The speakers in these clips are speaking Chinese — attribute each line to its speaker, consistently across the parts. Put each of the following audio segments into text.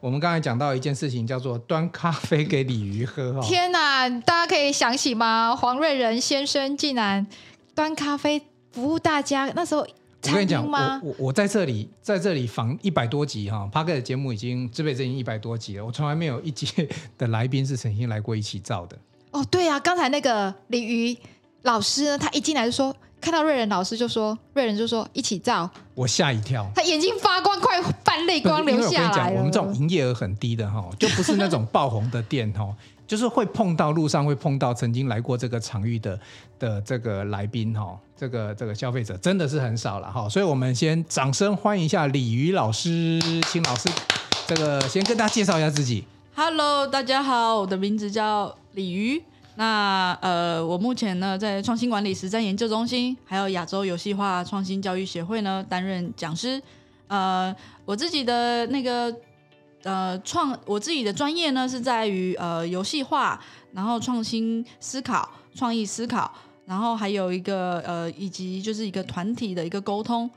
Speaker 1: 我们刚才讲到一件事情，叫做端咖啡给鲤鱼喝哈、哦。
Speaker 2: 天哪，大家可以想起吗？黄瑞仁先生竟然端咖啡服务大家，那时候
Speaker 1: 我跟你讲，
Speaker 2: 餐厅
Speaker 1: 我
Speaker 2: 吗
Speaker 1: 我我在这里，在这里访一百多集哈 p a r k 的节目已经自备已经一百多集了，我从来没有一集的来宾是曾经来过一起照的。
Speaker 2: 哦，对啊，刚才那个鲤鱼老师呢，他一进来就说，看到瑞仁老师就说，瑞仁就说一起照，
Speaker 1: 我吓一跳。
Speaker 2: 他眼睛发光，快泛 泪光
Speaker 1: 不是因
Speaker 2: 流
Speaker 1: 为我跟
Speaker 2: 下
Speaker 1: 你
Speaker 2: 来
Speaker 1: 讲，
Speaker 2: 了。
Speaker 1: 我们这种营业额很低的哈，就不是那种爆红的店哈， 就是会碰到路上会碰到曾经来过这个场域的的这个来宾哈，这个这个消费者真的是很少了哈，所以我们先掌声欢迎一下李瑜老师，请老师这个先跟大家介绍一下自己。
Speaker 3: Hello，大家好，我的名字叫鲤鱼。那呃，我目前呢在创新管理实战研究中心，还有亚洲游戏化创新教育协会呢担任讲师。呃，我自己的那个呃创，我自己的专业呢是在于呃游戏化，然后创新思考、创意思考，然后还有一个呃以及就是一个团体的一个沟通。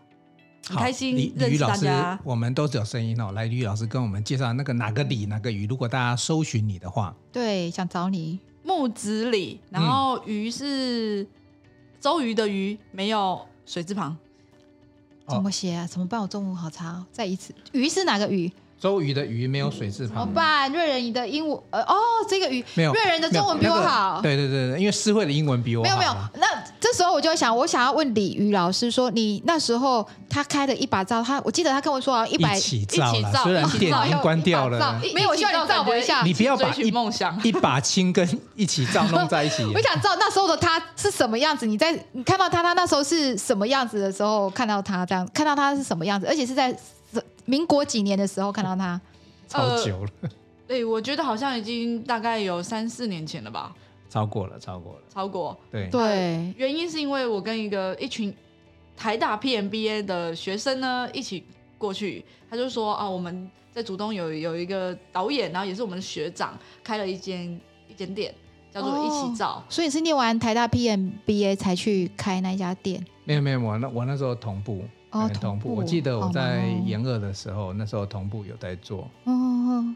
Speaker 3: 很
Speaker 1: 好
Speaker 3: 开心
Speaker 1: 李
Speaker 3: 认
Speaker 1: 李宇
Speaker 3: 识
Speaker 1: 老
Speaker 3: 大
Speaker 1: 师
Speaker 3: 家，。
Speaker 1: 我们都只有声音哦。来，李宇老师跟我们介绍那个哪个李哪个鱼，如果大家搜寻你的话，
Speaker 2: 对，想找你，
Speaker 3: 木子李，然后鱼是周瑜的鱼，没有水字旁。
Speaker 1: 哦
Speaker 2: 怎么写啊？怎么办？我中文好差、哦。再一次，鱼是哪个鱼？
Speaker 1: 周瑜的鱼没有水字
Speaker 2: 怎么
Speaker 1: 旁。
Speaker 2: 办？瑞仁，你的英文，呃，哦，这个鱼，
Speaker 1: 没有
Speaker 2: 瑞仁的中文比我好。
Speaker 1: 对对对对，因为诗慧的英文比我
Speaker 2: 没
Speaker 1: 好
Speaker 2: 有
Speaker 1: 啊。
Speaker 2: 没有，那这时候我就会想，我想要问李瑜老师说，你那时候他开的一把照，他我记得他跟我说好像啊一百哎
Speaker 1: 一起照
Speaker 3: 一
Speaker 1: 啦
Speaker 3: 起，照
Speaker 1: 虽然
Speaker 3: 一起
Speaker 1: 店
Speaker 3: 照
Speaker 1: 已经关掉
Speaker 2: 一把
Speaker 1: 了
Speaker 2: 照，一
Speaker 3: 没
Speaker 2: 没
Speaker 3: 有
Speaker 2: 有，
Speaker 3: 我
Speaker 2: 我
Speaker 3: 希
Speaker 2: 希
Speaker 3: 望
Speaker 2: 望
Speaker 3: 你
Speaker 2: 你
Speaker 3: 照
Speaker 2: 照
Speaker 3: 我
Speaker 2: 我
Speaker 3: 一
Speaker 2: 一
Speaker 3: 下
Speaker 2: 下。
Speaker 1: 你不要把
Speaker 3: 追
Speaker 1: 一啊
Speaker 3: 寻梦想
Speaker 1: 一把青跟一起照弄在一起
Speaker 2: 。我想知道那时候的他是什么样子。你在你看到他，他那时候是什么样子的时候看到他这样，看到他是什么样子，而且是在民国几年的时候看到他。呃
Speaker 1: 超久了，
Speaker 3: 对，我觉得好像已经大概有三四年前了吧，
Speaker 1: 超过了，超过了。
Speaker 3: 超过。
Speaker 1: 对，
Speaker 2: 对，
Speaker 3: 原因是因为我跟一个一群台大 PMBA 的学生呢一起过去，他就说啊，我们在竹东有有一个导演，然后也是我们的学长，开了一间一间店，叫做一起照。
Speaker 2: 所以你是念完台大 PMBA 才去开那一家店。
Speaker 1: 没有没有，我那我那时候同步，
Speaker 2: 哦
Speaker 1: 嗯同
Speaker 2: 同步
Speaker 1: 我记得我
Speaker 2: 好忙
Speaker 1: 在
Speaker 2: 哦
Speaker 1: 研二的时候，那时候同步有在做。
Speaker 2: 哦，
Speaker 3: 嗯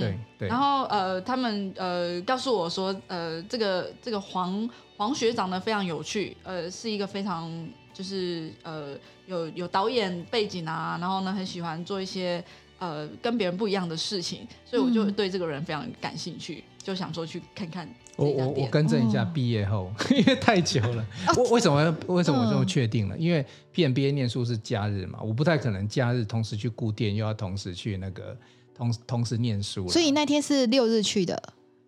Speaker 1: 对对
Speaker 3: 然，后呃，他们呃告诉我说，呃，这个这个黄黄学长呢非常有趣，呃，是一个非常就是呃有有导演背景啊，然后呢很喜欢做一些呃跟别人不一样的事情，所以我就
Speaker 2: 嗯
Speaker 3: 对这个人非常感兴趣，就想说去看看这
Speaker 1: 我
Speaker 3: 家
Speaker 1: 我我
Speaker 3: 店。
Speaker 1: 更正一下，
Speaker 2: 哦
Speaker 1: 毕业后， 因为太久了。我为什么要为什么我这么
Speaker 2: 嗯
Speaker 1: 确定呢？因为 PMBA 念书是假日嘛，我不太可能假日同时去顾店，又要同时去那个同同时念书了。
Speaker 2: 哦所以那天是六日去的。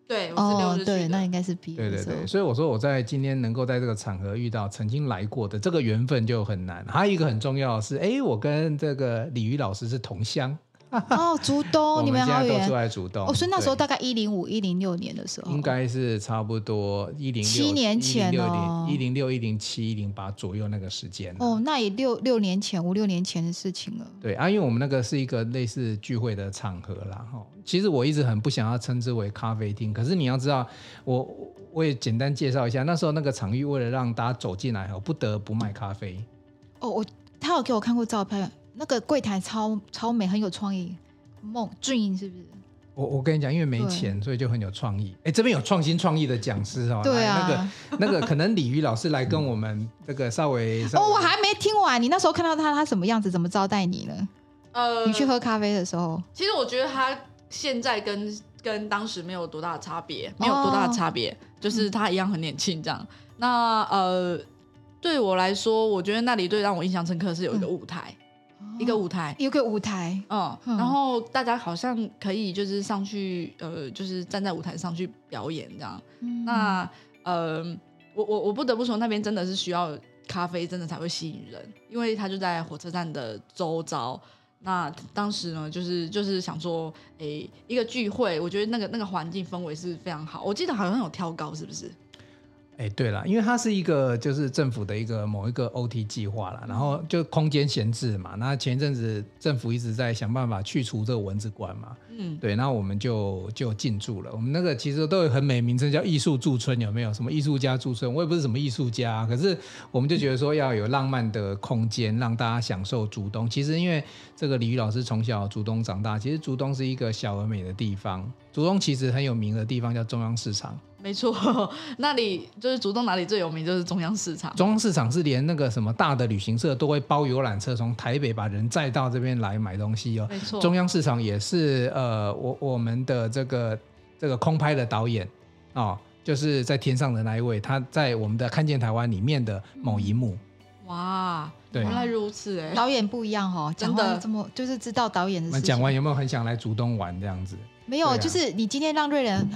Speaker 3: 对，我是六
Speaker 2: 哦
Speaker 3: 日，去
Speaker 2: 对，
Speaker 3: 的
Speaker 2: 那应该是 B
Speaker 1: 对对
Speaker 2: 的时候
Speaker 1: 对，。所以我说我在今天能够在这个场合遇到曾经来过的这个缘分就很难。还有一个很重要的是，哎，我跟这个李瑜老师是同乡，
Speaker 2: 哦，竹
Speaker 1: 我
Speaker 2: 东，你
Speaker 1: 们现
Speaker 2: 好
Speaker 1: 在都
Speaker 2: 远
Speaker 1: 住。在竹东。
Speaker 2: 哦，所以那时候
Speaker 1: 对
Speaker 2: 大概一零五、一零六年的时候，
Speaker 1: 应该是差不多一零
Speaker 2: 七年前哦
Speaker 1: 一零六、一零七、一零八左右那个时间啊。
Speaker 2: 哦，那也六六年前、五六年前的事情了。
Speaker 1: 对啊，因为我们那个是一个类似聚会的场合啦，哈。其实我一直很不想要称之为咖啡厅，可是你要知道，我我我也简单介绍一下，那时候那个场域为了让大家走进来，我不得不卖咖啡。
Speaker 2: 哦，我他有给我看过照片，那个柜台超超美，很有创意。梦 dream 是不是？
Speaker 1: 我我跟你讲，因为没
Speaker 2: 对
Speaker 1: 钱，所以就很有创意。哎，这边有创新创意的讲师哦，
Speaker 2: 对
Speaker 1: 来
Speaker 2: 啊。
Speaker 1: 那个那个可能鲤鱼老师来跟我们这个稍微稍微
Speaker 2: 哦，我还没听完，你那时候看到他，他什么样子，怎么招待你呢？
Speaker 3: 呃，
Speaker 2: 你去喝咖啡的时候，
Speaker 3: 其实我觉得他现在跟跟当时没有多大的差别，没有多大的差别，就是他一样很年轻这样。那呃，对我来说，我觉得那里最让我印象深刻是有一个舞台，一个
Speaker 2: 哦
Speaker 3: 舞台。
Speaker 2: 有个舞台，
Speaker 3: 嗯，
Speaker 2: 嗯
Speaker 3: 然后大家好像可以就是上去，呃，就是站在舞台上去表演这样。
Speaker 2: 嗯
Speaker 3: 那
Speaker 1: 嗯
Speaker 3: 呃，我我我不得不说，那边真的是需要咖啡，真的才会吸引人，因为它就在火车站的周遭。那当时呢，就是就是想说，诶、一个聚会，我觉得那个那个环境氛围是非常好。我记得好像有挑高，是不是？
Speaker 1: 哎，对了，因为它是一个就是政府的一个某一个 OT 计划啦，然后就空间闲置嘛，那前一阵子政府一直在想办法去除这个蚊子馆嘛，
Speaker 3: 嗯，
Speaker 1: 对，然后我们就就进驻了。我们那个其实都有很美的名称，叫艺术驻村，有没有？什么艺术家驻村？我也不是什么艺术家啊、可是我们就觉得说要有浪漫的空间，让大家享受竹东。其实因为这个李宇老师从小竹东长大，其实竹东是一个小而美的地方。竹东其实很有名的地方叫中央市场，
Speaker 3: 没错， 那里就是竹东哪里最有名就是中央市场，
Speaker 1: 中央市场是连那个什么大的旅行社都会包游览车从台北把人载到这边来买东西哦。
Speaker 3: 没错，
Speaker 1: 中央市场也是呃，我我们的这个这个空拍的导演哦，就是在天上的那一位，他在我们的《看见台湾》里面的某一幕，
Speaker 3: 哇，
Speaker 1: 对
Speaker 3: 原来如此哎、
Speaker 2: 导演不一样哦，
Speaker 3: 真
Speaker 2: 讲
Speaker 3: 的
Speaker 2: 话这么嗯就是知道导演
Speaker 1: 我
Speaker 2: 的
Speaker 1: 们
Speaker 2: 事
Speaker 1: 讲
Speaker 2: 情。
Speaker 1: 完有没有很想来竹东玩这样子？
Speaker 2: 没有，
Speaker 1: 对啊
Speaker 2: 就是你今天让瑞仁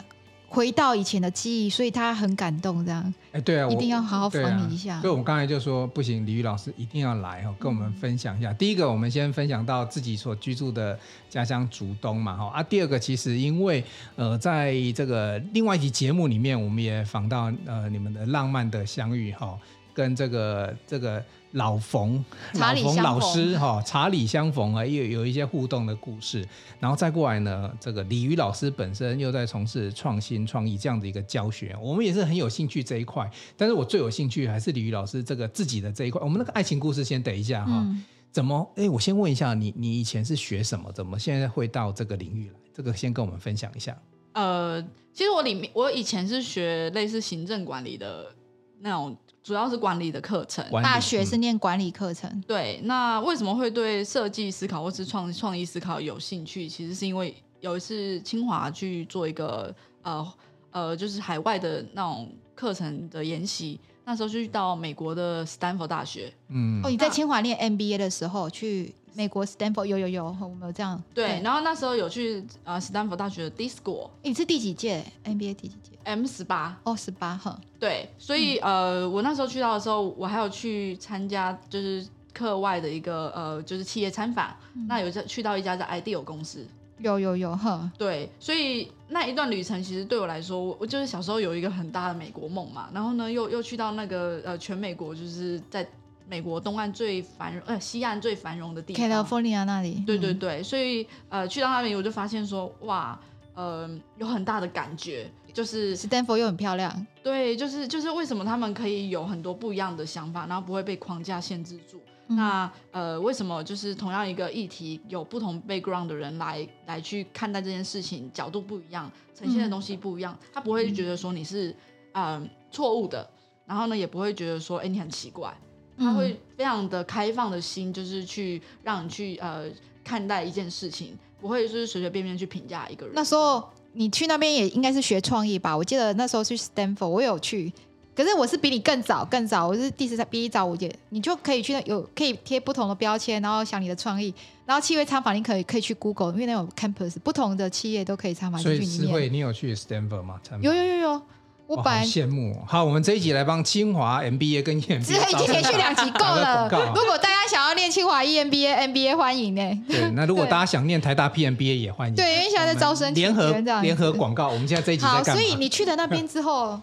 Speaker 2: 回到以前的记忆，所以他很感动，这样
Speaker 1: 哎，对啊，我
Speaker 2: 一定要好好
Speaker 1: 对
Speaker 2: 防
Speaker 1: 啊
Speaker 2: 你一下嗯
Speaker 1: 所以，。我们刚才就说不行，李宇老师一定要来哦，跟我们分享一下。第一个，我们先分享到自己所居住的家乡竹东嘛，哈啊。第二个，其实因为呃，在这个另外一集节目里面，我们也访到呃你们的浪漫的相遇哈、跟这个这个老冯
Speaker 2: 查
Speaker 1: 老
Speaker 2: 理
Speaker 1: 冯
Speaker 2: 相
Speaker 1: 老
Speaker 2: 逢
Speaker 1: 师哈、查理相逢啊，也有有一些互动的故事。然后再过来呢，这个李宇老师本身又在从事创新创意这样的一个教学，我们也是很有兴趣这一块。但是我最有兴趣还是李宇老师这个自己的这一块。我们那个爱情故事先等一下哈、
Speaker 2: 嗯，
Speaker 1: 怎么？哎，我先问一下你，你以前是学什么？怎么现在会到这个领域来？这个先跟我们分享一下。
Speaker 3: 呃，其实我里面我以前是学类似行政管理的那种，主要是管理的课程。
Speaker 1: 管理
Speaker 2: 大学是念管理课程，
Speaker 3: 对，那为什么会对设计思考或是创创意思考有兴趣？其实是因为有一次清华去做一个呃呃，就是海外的那种课程的研习，那时候去到美国的斯坦福大学，
Speaker 1: 嗯
Speaker 2: 哦，你在清华念 MBA 的时候去美国 Stanford，有有有，我们有这样。
Speaker 3: 对，，然后那时候有去呃斯坦福大学的 Disco
Speaker 2: 你是第几届 MBA 第几届？
Speaker 3: M 十八，
Speaker 2: 哦，十八哈。
Speaker 3: 对，所以、呃，我那时候去到的时候，我还有去参加就是课外的一个呃，就是企业参访，那有在去到一家叫 Ideal 公司，
Speaker 2: 有有有哈，
Speaker 3: 对，所以那一段旅程其实对我来说，我我就是小时候有一个很大的美国梦嘛，然后呢又又去到那个呃全美国，就是在美国东岸最繁荣呃西岸最繁荣的地方，
Speaker 2: California 那里，
Speaker 3: 对对
Speaker 2: 嗯，
Speaker 3: 对，所以呃去到那边我就发现说哇，呃有很大的感觉，就是
Speaker 2: 斯坦福又很漂亮，
Speaker 3: 对，就是就是为什么他们可以有很多不一样的想法，然后不会被框架限制住。
Speaker 2: 嗯
Speaker 3: 那呃，为什么就是同样一个议题，有不同 background 的人来来去看待这件事情，角度不一样，呈现的
Speaker 2: 嗯
Speaker 3: 东西不一样，他不会觉得说你是嗯错误的，然后呢也不会觉得说哎、你很奇怪，他
Speaker 2: 嗯
Speaker 3: 会非常的开放的心，就是去让你去呃看待一件事情，不会就是随随便便去评价一个人。
Speaker 2: 那时候你去那边也应该是学创意吧？我记得那时候去 Stanford，我有去，可是我是比你更早更早，我是第十三比你早五届，你就可以去那有可以贴不同的标签，然后想你的创意，然后企业参访你可以可以去 Google，因为那有 campus 不同的企业都可以参访，
Speaker 1: 所
Speaker 2: 啊你
Speaker 1: 以
Speaker 2: 去
Speaker 1: 思
Speaker 2: 里
Speaker 1: 慧，
Speaker 2: 面。
Speaker 1: 你有去 Stanford 吗？参访
Speaker 2: 有有有有，我
Speaker 1: 哇
Speaker 2: 本来
Speaker 1: 好羡慕、哦。好，我们这一集来帮清华 MBA 跟 EMBA
Speaker 2: 只有已经连续两集够了
Speaker 1: 打个广告啊。
Speaker 2: 如果大家想要练清华 EMBA、MBA，欢迎呢、
Speaker 1: 对，那如果大家想念台大 PMBA 也欢迎。
Speaker 2: 啊对，因为现在在招生期
Speaker 1: 联合
Speaker 2: 间这样
Speaker 1: 联合
Speaker 2: 子
Speaker 1: 广告，我们现在这一集在
Speaker 2: 好，
Speaker 1: 干
Speaker 2: 所
Speaker 1: 嘛？
Speaker 2: 以你去的那边之后，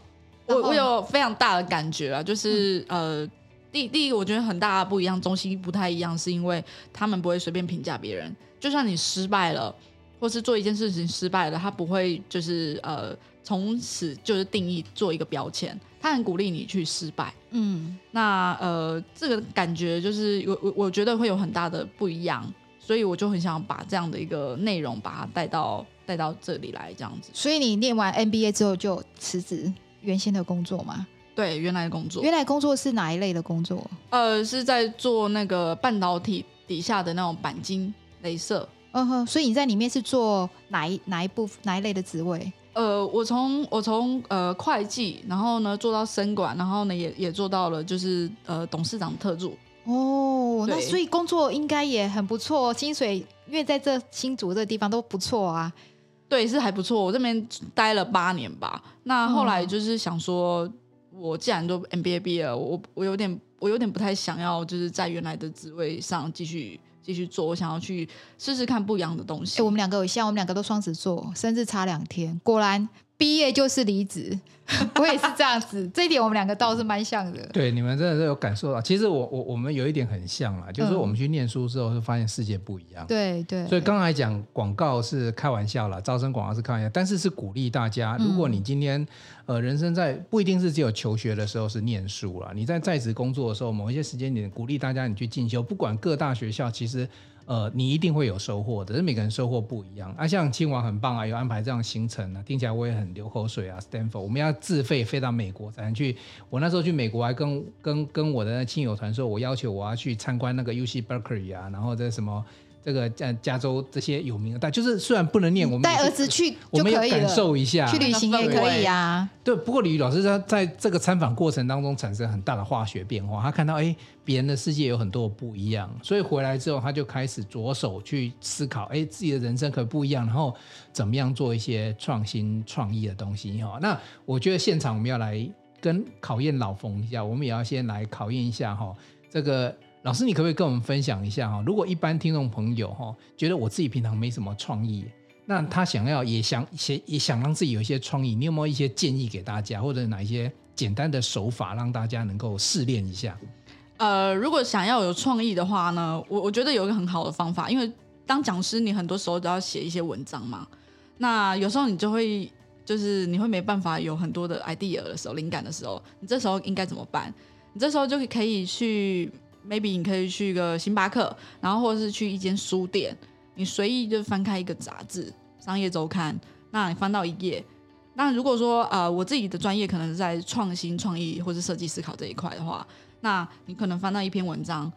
Speaker 3: 我
Speaker 2: 然后嗯
Speaker 3: 我有非常大的感觉啊，就是、呃，第第一个我觉得很大的不一样，中西不太一样，是因为他们不会随便评价别人，就算你失败了，或是做一件事情失败了，他不会就是呃从此就是定义做一个标签，他很鼓励你去失败。
Speaker 2: 嗯，
Speaker 3: 那呃，这个感觉就是我我我觉得会有很大的不一样，所以我就很想把这样的一个内容把它带到带到这里来，这样子。
Speaker 2: 所以你念完 MBA 之后就辞职原先的工作嘛？
Speaker 3: 对，原来的工作
Speaker 2: 原来工作是哪一类的工作？
Speaker 3: 呃，是在做那个半导体底下的那种钣金、镭射。
Speaker 2: 嗯哼，所以你在里面是做哪一哪一部分哪一类的职位？
Speaker 3: 呃，我从我从呃会计，然后呢做到生管，然后呢也也做到了就是呃董事长特助。
Speaker 2: 哦，那
Speaker 3: 对
Speaker 2: 所以工作应该也很不错哦，薪水因为在这新竹这地方都不错啊。
Speaker 3: 对，是还不错。我这边待了八年吧。那后来就是想说，我既然都 MBA 毕业了，我我有点我有点不太想要，就是在原来的职位上继续继续做，我想要去试试看不一样的东
Speaker 2: 哎、
Speaker 3: 西。
Speaker 2: 我们两个有像，我们两个都双子座，生日差两天，果然毕业就是离职， 我也是这样子， 这一点我们两个倒是蛮像的。
Speaker 1: 对，你们真的是有感受到。其实我我我们有一点很像啦，就是
Speaker 2: 嗯
Speaker 1: 我们去念书之后，就发现世界不一样。
Speaker 2: 对对，
Speaker 1: 所以刚才讲广告是开玩笑啦，招生广告是开玩笑，但是是鼓励大家，如果你今天呃人生在不一定是只有求学的时候是念书啦，你在在职工作的时候，某一些时间点鼓励大家你去进修，不管各大学校其实。呃，你一定会有收获的，只是每个人收获不一样。啊，像清华很棒啊，有安排这样行程啊，听起来我也很流口水啊。Stanford，我们要自费飞到美国才能去。我那时候去美国还跟跟跟我的亲友团说，我要求我要去参观那个 U C Berkeley 啊，然后这什么这个加加州这些有名的大，就是虽然不能念，我们
Speaker 2: 嗯带
Speaker 1: 也
Speaker 2: 儿
Speaker 1: 是
Speaker 2: 子去
Speaker 1: 我
Speaker 2: 就
Speaker 1: 们也
Speaker 2: 可以
Speaker 1: 感
Speaker 2: 了，
Speaker 1: 受一下
Speaker 2: 去旅行也可以啊。
Speaker 1: 对，不过李宇老师他在这个参访过程当中产生很大的化学变化，他看到哎别人的世界有很多不一样，所以回来之后他就开始着手去思考，哎自己的人生可不一样，然后怎么样做一些创新创意的东西哈。那我觉得现场我们要来跟考验老冯一下，我们也要先来考验一下哈这个。老师，你可不可以跟我们分享一下哈？如果一般听众朋友哈，觉得我自己平常没什么创意，那他想要也想也也想让自己有一些创意，你有没有一些建议给大家，或者哪一些简单的手法让大家能够试炼一下？
Speaker 3: 呃，如果想要有创意的话呢，我我觉得有一个很好的方法，因为当讲师，你很多时候都要写一些文章嘛。那有时候你就会，就是你会没办法有很多的 idea 的时候，灵感的时候，你这时候应该怎么办？你这时候就可以去，maybe 你可以去一个星巴克，然后或者是去一间书店，你随意就翻开一个杂志《商业周刊》，那你翻到一页。那如果说呃，我自己的专业可能是在创新、创意或是设计思考这一块的话，那你可能翻到一篇文章，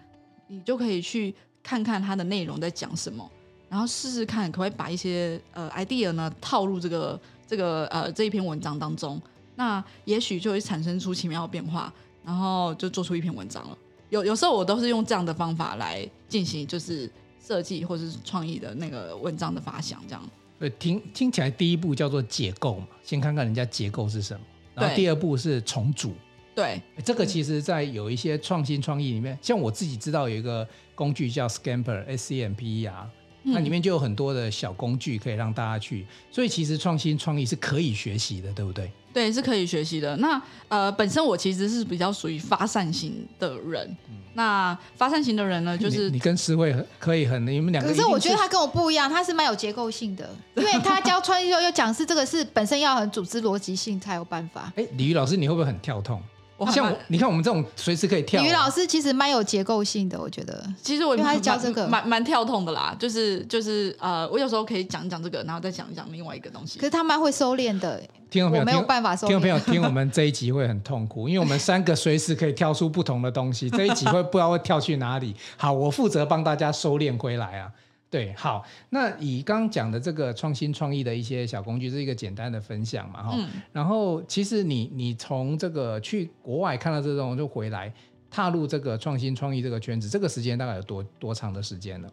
Speaker 3: 你就可以去看看它的内容在讲什么，然后试试看可不可以把一些呃 idea 呢套入这个这个呃这一篇文章当中，那也许就会产生出奇妙的变化，然后就做出一篇文章了。有有时候我都是用这样的方法来进行，就是设计或是创意的那个文章的发想，这样。
Speaker 1: 呃，听听起来第一步叫做解构嘛，先看看人家结构是什么，然后
Speaker 3: 对
Speaker 1: 第二步是重组。
Speaker 3: 对，
Speaker 1: 诶这个其实，在有一些创新创意里面，像我自己知道有一个工具叫 Scamper，S C M P E R，那里面就有很多的小工具可以让大家去，所以其实创新创意是可以学习的，对不对？
Speaker 3: 对，是可以学习的。那呃，本身我其实是比较属于发散型的人。那发散型的人呢，就
Speaker 1: 你
Speaker 3: 是
Speaker 1: 嗯哎你跟思慧很可以很，你们两个
Speaker 2: 可
Speaker 1: 一
Speaker 2: 是
Speaker 1: 定
Speaker 2: 我觉得他跟我不一样，他是蛮有结构性 的，因为他教创意又又讲是这个是本身要很组织逻辑性才有办法。
Speaker 1: 哎，李宇老师，你会不会很跳痛？
Speaker 3: 我很
Speaker 1: 像
Speaker 3: 慢
Speaker 1: 我，你看我们这种随时可以跳啊、
Speaker 2: 语老师其实蛮有结构性的，我觉得。
Speaker 3: 其实我
Speaker 2: 因为他是
Speaker 3: 蛮
Speaker 2: 教这个
Speaker 3: 蛮蛮跳痛的啦，就是就是呃，我有时候可以讲一讲这个，然后再讲一讲另外一个东西
Speaker 2: 可。是他蛮会收敛的，
Speaker 1: 听
Speaker 2: 我
Speaker 1: 到没有？
Speaker 2: 没有
Speaker 1: 听
Speaker 2: 办法收
Speaker 1: 听众朋
Speaker 2: 敛。
Speaker 1: 友听我们这一集会很痛苦，因为我们三个随时可以跳出不同的东西，这一集会不知道会跳去哪里。好，我负责帮大家收敛回来啊。对，好，那以刚刚讲的这个创新创意的一些小工具，是一个简单的分享嘛，哈、
Speaker 3: 嗯，
Speaker 1: 然后其实你你从这个去国外看到这种就回来，踏入这个创新创意这个圈子，这个时间大概有多多长的时间呢？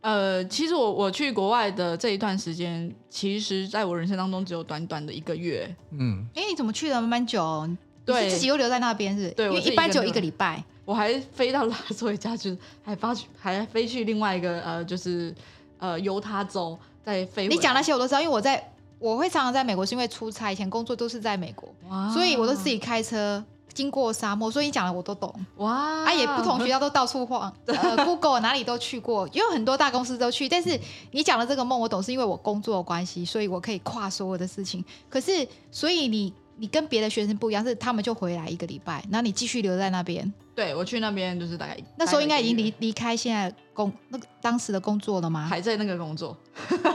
Speaker 3: 呃，其实我我去国外的这一段时间，其实在我人生当中只有短短的一个月。
Speaker 1: 嗯，
Speaker 2: 哎，你怎么去了蛮久、哦？你
Speaker 3: 对
Speaker 2: 是自己又留在那边是不是？
Speaker 3: 对
Speaker 2: 因
Speaker 3: 我
Speaker 2: 为
Speaker 3: 自己
Speaker 2: 一般只有一
Speaker 3: 一个
Speaker 2: 个
Speaker 3: 人
Speaker 2: 礼拜。
Speaker 3: 我还飞到拉斯维加去，还发去还飞去另外一个呃，就是呃犹他州，再飞回来。
Speaker 2: 你讲那些我都知道，因为我在我会常常在美国，是因为出差，以前工作都是在美国，
Speaker 3: 哇
Speaker 2: 所以我
Speaker 3: 哦
Speaker 2: 都自己开车。经过沙漠，所以你讲的我都懂。
Speaker 3: 哇，
Speaker 2: 啊，也不同学校都到处 晃，呃，Google 哪里都去过，也有很多大公司都去。但是你讲的这个梦，我懂，是因为我工作的关系，所以我可以跨所有的事情。可是，所以你你跟别的学生不一样，是他们就回来一个礼拜，然后你继续留在那边。
Speaker 3: 对我去那边就是大概
Speaker 2: 那时候应该已经
Speaker 3: 待了
Speaker 2: 离
Speaker 3: 一个
Speaker 2: 离开现在工那个当时的工作了
Speaker 3: 月
Speaker 2: 吗？
Speaker 3: 还在那个工作。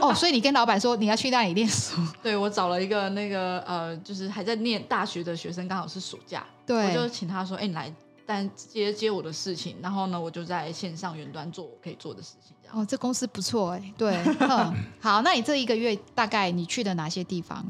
Speaker 2: 哦，所以你跟老板说你要去那里练 书，
Speaker 3: 对我找了一个那个呃，就是还在念大学的学生，刚好是暑假，我
Speaker 2: 对，
Speaker 3: 就请他说：“哎、你来，但接接我的事情。”然后呢，我就在线上远端做我可以做的事情，这样。
Speaker 2: 哦，这公司不错哎、对，嗯，好，那你这一个月大概你去的哪些地方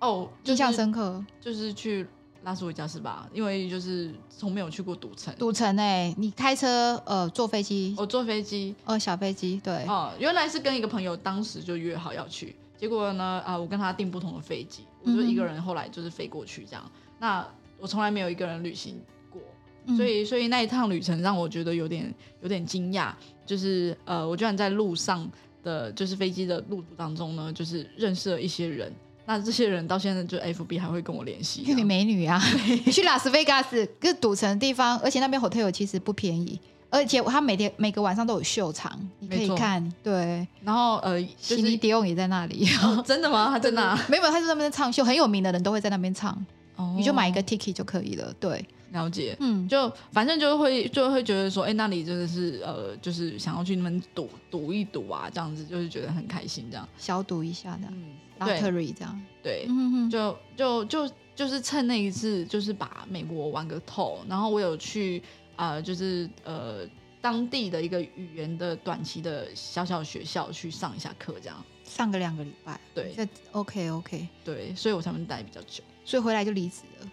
Speaker 3: 哦，就
Speaker 2: 印象
Speaker 3: 是
Speaker 2: 深刻？
Speaker 3: 就是去拉斯维加斯吧，因为就是从没有去过赌城，
Speaker 2: 赌城哎、你开车呃坐飞机
Speaker 3: 我坐飞机
Speaker 2: 呃小飞机对，
Speaker 3: 哦，原来是跟一个朋友当时就约好要去，结果呢，啊、我跟他订不同的飞机，
Speaker 2: 嗯
Speaker 3: 我就一个人后来就是飞过去这样。那我从来没有一个人旅行过，
Speaker 2: 嗯
Speaker 3: 所以所以那一趟旅程让我觉得有点有点惊讶，就是呃，我居然在路上的，就是飞机的路途当中呢，就是认识了一些人，那这些人到现在就 FB 还会跟我联系
Speaker 2: 因
Speaker 3: 这
Speaker 2: 为你
Speaker 3: 样，
Speaker 2: 美女啊，
Speaker 3: 哦
Speaker 2: 你 去拉斯维加斯就是赌城的地方，而且那边 hotel 其实不便宜，而且它每天每个晚上都有秀场，你可
Speaker 3: 没
Speaker 2: 以
Speaker 3: 错
Speaker 2: 看。对，
Speaker 3: 然后呃，就
Speaker 2: 悉尼
Speaker 3: 是
Speaker 2: 迪翁也在那里，
Speaker 3: 真的吗？他真的啊、
Speaker 2: 没有，他就在那边唱秀，很有名的人都会在那边唱，
Speaker 3: 哦
Speaker 2: 你就买一个 ticket 就可以了。对，
Speaker 3: 了解，
Speaker 2: 嗯，
Speaker 3: 就反正就会就会觉得说，哎、那里真的是呃，就是想要去那边赌赌一赌啊，这样子就是觉得很开心这样。
Speaker 2: 小赌一下的
Speaker 3: 嗯，对
Speaker 2: lottery 这样，
Speaker 3: 对，
Speaker 2: 嗯嗯
Speaker 3: 就就就就是趁那一次，就是把美国玩个透。然后我有去呃，就是呃当地的一个语言的短期的小小学校去上一下课，这样
Speaker 2: 上个两个礼拜，
Speaker 3: 对
Speaker 2: 这 OK OK，
Speaker 3: 对，所以我才能待比较久。
Speaker 2: 所以回来就离职了。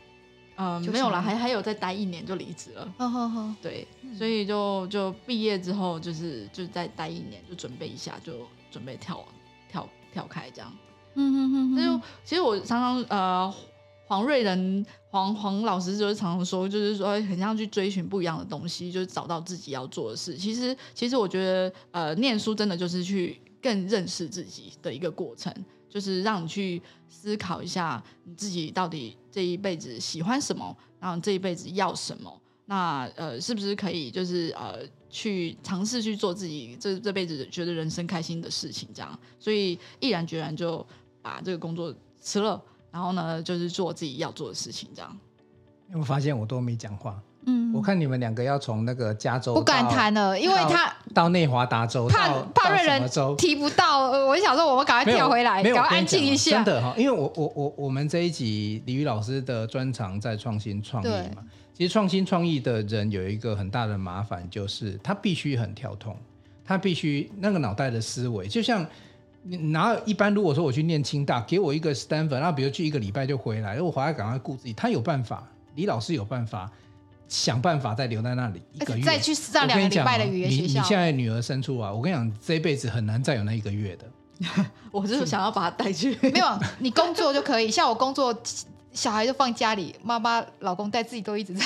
Speaker 3: 嗯，
Speaker 2: 就
Speaker 3: 没有啦，
Speaker 2: 上
Speaker 3: 还还有再待一年就离职了。
Speaker 2: 呵呵呵，
Speaker 3: 对，
Speaker 2: 嗯
Speaker 3: 所以就就毕业之后，就是就再待一年，就准备一下，就准备跳跳跳开这样。
Speaker 2: 嗯嗯嗯，
Speaker 3: 那
Speaker 2: 那
Speaker 3: 就
Speaker 2: 就
Speaker 3: 其实我常常呃，黄瑞仁黄黄老师就是常常说，就是说很像去追寻不一样的东西，就是找到自己要做的事。其实其实我觉得呃，念书真的就是去更认识自己的一个过程，就是让你去思考一下你自己到底这一辈子喜欢什么，然后这一辈子要什么。那呃，是不是可以就是呃，去尝试去做自己这这辈子觉得人生开心的事情，这样，所以毅然决然就把这个工作辞了，然后呢，就是做自己要做的事情，这样。
Speaker 1: 我发现我都没讲话。
Speaker 2: 嗯
Speaker 1: 我看你们两个要从那个加州
Speaker 2: 不敢
Speaker 1: 到
Speaker 2: 谈了，因为他
Speaker 1: 到内华达州，
Speaker 2: 怕
Speaker 1: 到
Speaker 2: 怕
Speaker 1: 到
Speaker 2: 瑞
Speaker 1: 什么
Speaker 2: 人
Speaker 1: 州
Speaker 2: 提不到，呃我就想说我们赶快
Speaker 1: 没有
Speaker 2: 跳回来，
Speaker 1: 没有
Speaker 2: 赶
Speaker 1: 我
Speaker 2: 快
Speaker 1: 跟你
Speaker 2: 安静
Speaker 1: 讲
Speaker 2: 一
Speaker 1: 哦
Speaker 2: 下
Speaker 1: 真。的哈、因为我我我我们这一集李宇老师的专长在创新创意
Speaker 2: 对
Speaker 1: 嘛，其实创新创意的人有一个很大的麻烦，就是他必须很跳通，他必须那个脑袋的思维，就像。你哪有一般？如果说我去念清大，给我一个 Stanford，那比如去一个礼拜就回来，我回来赶快顾自己。他有办法，李老师有办法，想办法再留在那里一
Speaker 2: 而
Speaker 1: 个
Speaker 2: 且
Speaker 1: 月，
Speaker 2: 再去上
Speaker 1: 我
Speaker 2: 两
Speaker 1: 跟
Speaker 2: 个
Speaker 1: 你
Speaker 2: 礼
Speaker 1: 讲
Speaker 2: 拜
Speaker 1: 哦
Speaker 2: 的语言
Speaker 1: 你
Speaker 2: 学校
Speaker 1: 你，现在女儿生出啊，我跟你讲，这辈子很难再有那一个月的。
Speaker 3: 我就是想要把他 带去，
Speaker 2: 没有你工作就可以。像我工作，小孩就放家里，妈妈、老公带，自己都一直在，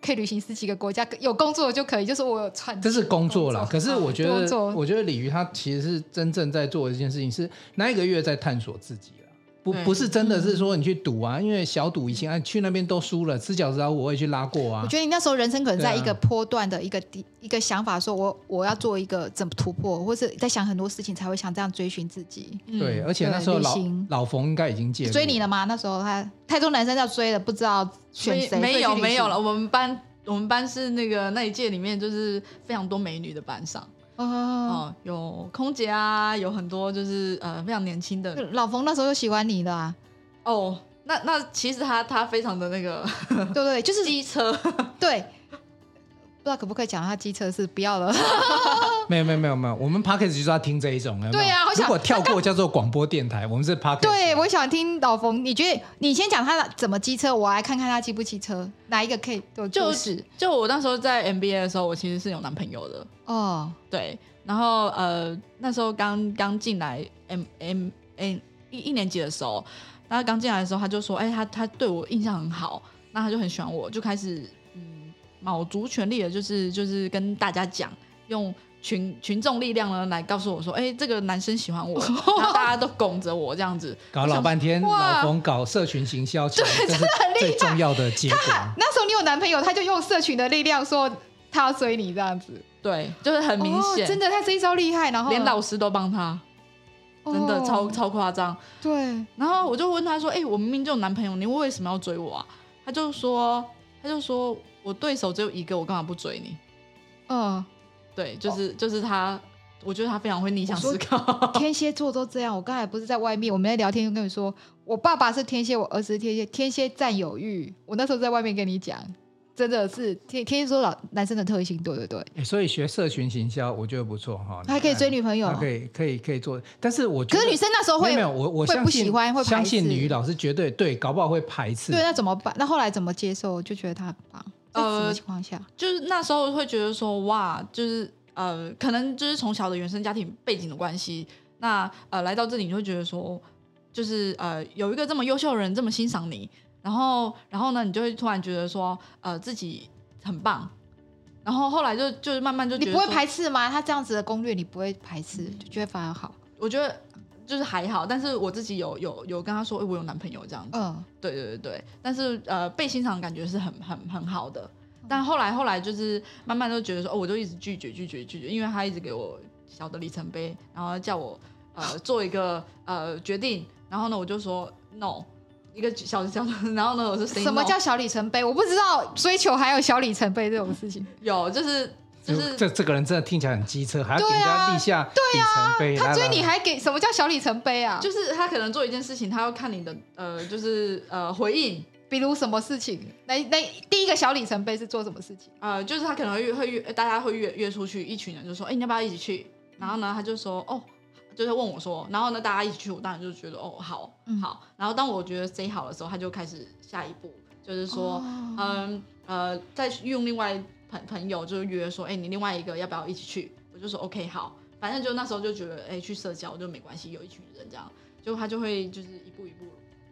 Speaker 2: 可以旅行十几个国家，有工作就可以。就是我有串，
Speaker 1: 这是工作啦，可
Speaker 2: 啊
Speaker 1: 是我觉
Speaker 2: 工
Speaker 1: 得
Speaker 2: 作，
Speaker 1: 我觉得鲤鱼他其实是真正在做的一件事情，是那一个月在探索自己啦，不
Speaker 3: 对
Speaker 1: 不是真的是说你去赌啊，因为小赌怡情啊，去那边都输了，吃饺子啊我也去拉过啊
Speaker 2: 我。觉得你那时候人生可能在
Speaker 1: 对啊
Speaker 2: 一个波段的一个地、一个想法，说我我要做一个怎么突破，或是在想很多事情才会想这样追寻自己。
Speaker 1: 对，啊
Speaker 3: 嗯
Speaker 1: 而且那时候
Speaker 2: 对
Speaker 1: 老
Speaker 2: 旅行
Speaker 1: 老冯应该已经戒
Speaker 2: 追你
Speaker 1: 了，
Speaker 2: 了吗？那时候他太多男生要追了，不知道选
Speaker 3: 没
Speaker 2: 谁。
Speaker 3: 没有
Speaker 2: 所以去旅行
Speaker 3: 没有了。。我们班我们班是那个那一届里面就是非常多美女的班上，
Speaker 2: 哦，
Speaker 3: 哦，有空姐啊，有很多就是呃非常年轻的
Speaker 2: 老冯那时候就喜欢你了、 啊，
Speaker 3: 哦。那那其实他他非常的那个
Speaker 2: 对不对？就是
Speaker 3: 机车，
Speaker 2: 对，不知道可不可以讲他机车是不要了。
Speaker 1: 没有没有没有没有，我们 p o d c a s t 就是要听这一种，有没有
Speaker 2: 对啊好想
Speaker 1: 如果跳过叫做广播电台，我们是 p o d c a s
Speaker 2: 对，我想听老冯，你觉得你先讲他怎么机车，我来看看他骑不骑车，哪一个可以有
Speaker 3: 就
Speaker 2: 故事
Speaker 3: 就我那时候在 MBA 的时候，我其实是有男朋友的，
Speaker 2: 哦，
Speaker 3: 对，然后呃那时候刚刚进来 M M M 一一年级的时候，那刚进来的时候他就说，哎、他他对我印象很好，那他就很喜欢我，就开始嗯卯足全力的，就是就是跟大家讲，用群群众力量呢来告诉我说，哎、这个男生 喜欢我，然后大家都拱着我这样子，
Speaker 1: 搞老半天，
Speaker 3: 哇
Speaker 1: 老冯搞社群行销，其实这是
Speaker 2: 很厉
Speaker 1: 最
Speaker 2: 害
Speaker 1: 重要的结果。
Speaker 2: 那时候你有男朋友，他就用社群的力量说他要追你这样子，
Speaker 3: 对，就是很明显、
Speaker 2: 哦，真的他这一招厉害，然后
Speaker 3: 连老师都帮他，真的、
Speaker 2: 哦
Speaker 3: 超超夸张。
Speaker 2: 对，
Speaker 3: 然后我就问他说：“哎、我明明就有男朋友，你为什么要追我啊？”他就说：“他就说我对手只有一个，我干嘛不追你
Speaker 2: 嗯，？”
Speaker 3: 对，就是、就是他，我觉得他非常会逆向
Speaker 2: 哦我说
Speaker 3: 思考。
Speaker 2: 天蝎座都这样。我刚才不是在外面，我们在聊天就跟你说，我爸爸是天蝎，我儿子是天蝎，天蝎占有欲。我那时候在外面跟你讲，真的是天天蝎座老男生的特性，对对对，
Speaker 1: 欸所以学社群行销，我觉得不错哈。
Speaker 2: 还可以追女朋友
Speaker 1: 他。可以可以可以做，但是我觉得
Speaker 2: 可是女生那时候
Speaker 1: 没有
Speaker 2: 会
Speaker 1: 没有，我我
Speaker 2: 会
Speaker 1: 相
Speaker 2: 不
Speaker 1: 信
Speaker 2: 喜欢会排斥
Speaker 1: 相信女老师绝对对，搞不好会排斥。
Speaker 2: 对，啊那怎么办？那后来怎么接受？就觉得他很棒。在什么
Speaker 3: 呃
Speaker 2: 情况下？
Speaker 3: 就是那时候会觉得说，哇， 就是呃，可能就是从小的原生家庭背景的关系，那呃来到这里你会觉得说，就是呃有一个这么优秀的人这么欣赏你，然后然后呢，你就会突然觉得说，呃自己很棒，然后后来就就是慢慢就
Speaker 2: 你
Speaker 3: 觉得
Speaker 2: 不会
Speaker 3: 说
Speaker 2: 排斥吗？他这样子的攻略你不会排斥，就觉得反而好。
Speaker 3: 我觉得就是还好，但是我自己有有有跟他说，哎、我有男朋友这样子。
Speaker 2: 嗯，
Speaker 3: 对对对对，但是呃，被欣赏的感觉是很很很好的。但后来后来就是慢慢都觉得说，哦，我就一直拒绝拒绝拒绝，因为他一直给我小的里程碑，然后叫我呃做一个呃决定，然后呢我就说 no，一个小小的，然后呢我就 say
Speaker 2: 什么
Speaker 3: no
Speaker 2: 叫小里程碑？我不知道追求还有小里程碑这种事情。
Speaker 3: 有就是就是
Speaker 1: 这这个人真的听起来很机车，还要给
Speaker 2: 对
Speaker 1: 人
Speaker 2: 啊啊
Speaker 1: 家立下里程碑。
Speaker 2: 他
Speaker 1: 来
Speaker 2: 追
Speaker 1: 来
Speaker 2: 你
Speaker 1: 来
Speaker 2: 还给什么叫小里程碑啊？就
Speaker 3: 就是他可能做一件事情，他要看你的呃就是呃回应，
Speaker 2: 比如什么事情？那那第一个小里程碑是做什么事情？
Speaker 3: 呃，就是他可能会约会约大家会约约出去，一群人就说，哎、你要不要一起去？然后呢，他就说，哦，就是问我说，然后呢，大家一起去，我当然就觉得，哦，好，
Speaker 2: 嗯
Speaker 3: 好。然后当我觉得 say 好的时候，他就开始下一步，就是说，
Speaker 1: 哦
Speaker 2: 啊
Speaker 3: 嗯呃，再用另外朋朋友就是约说，哎、你另外一个要不要一起去？我就说 OK 好，反正就那时候就觉得，哎、去社交就没关系，有一群人这样，就他就会就是一步一步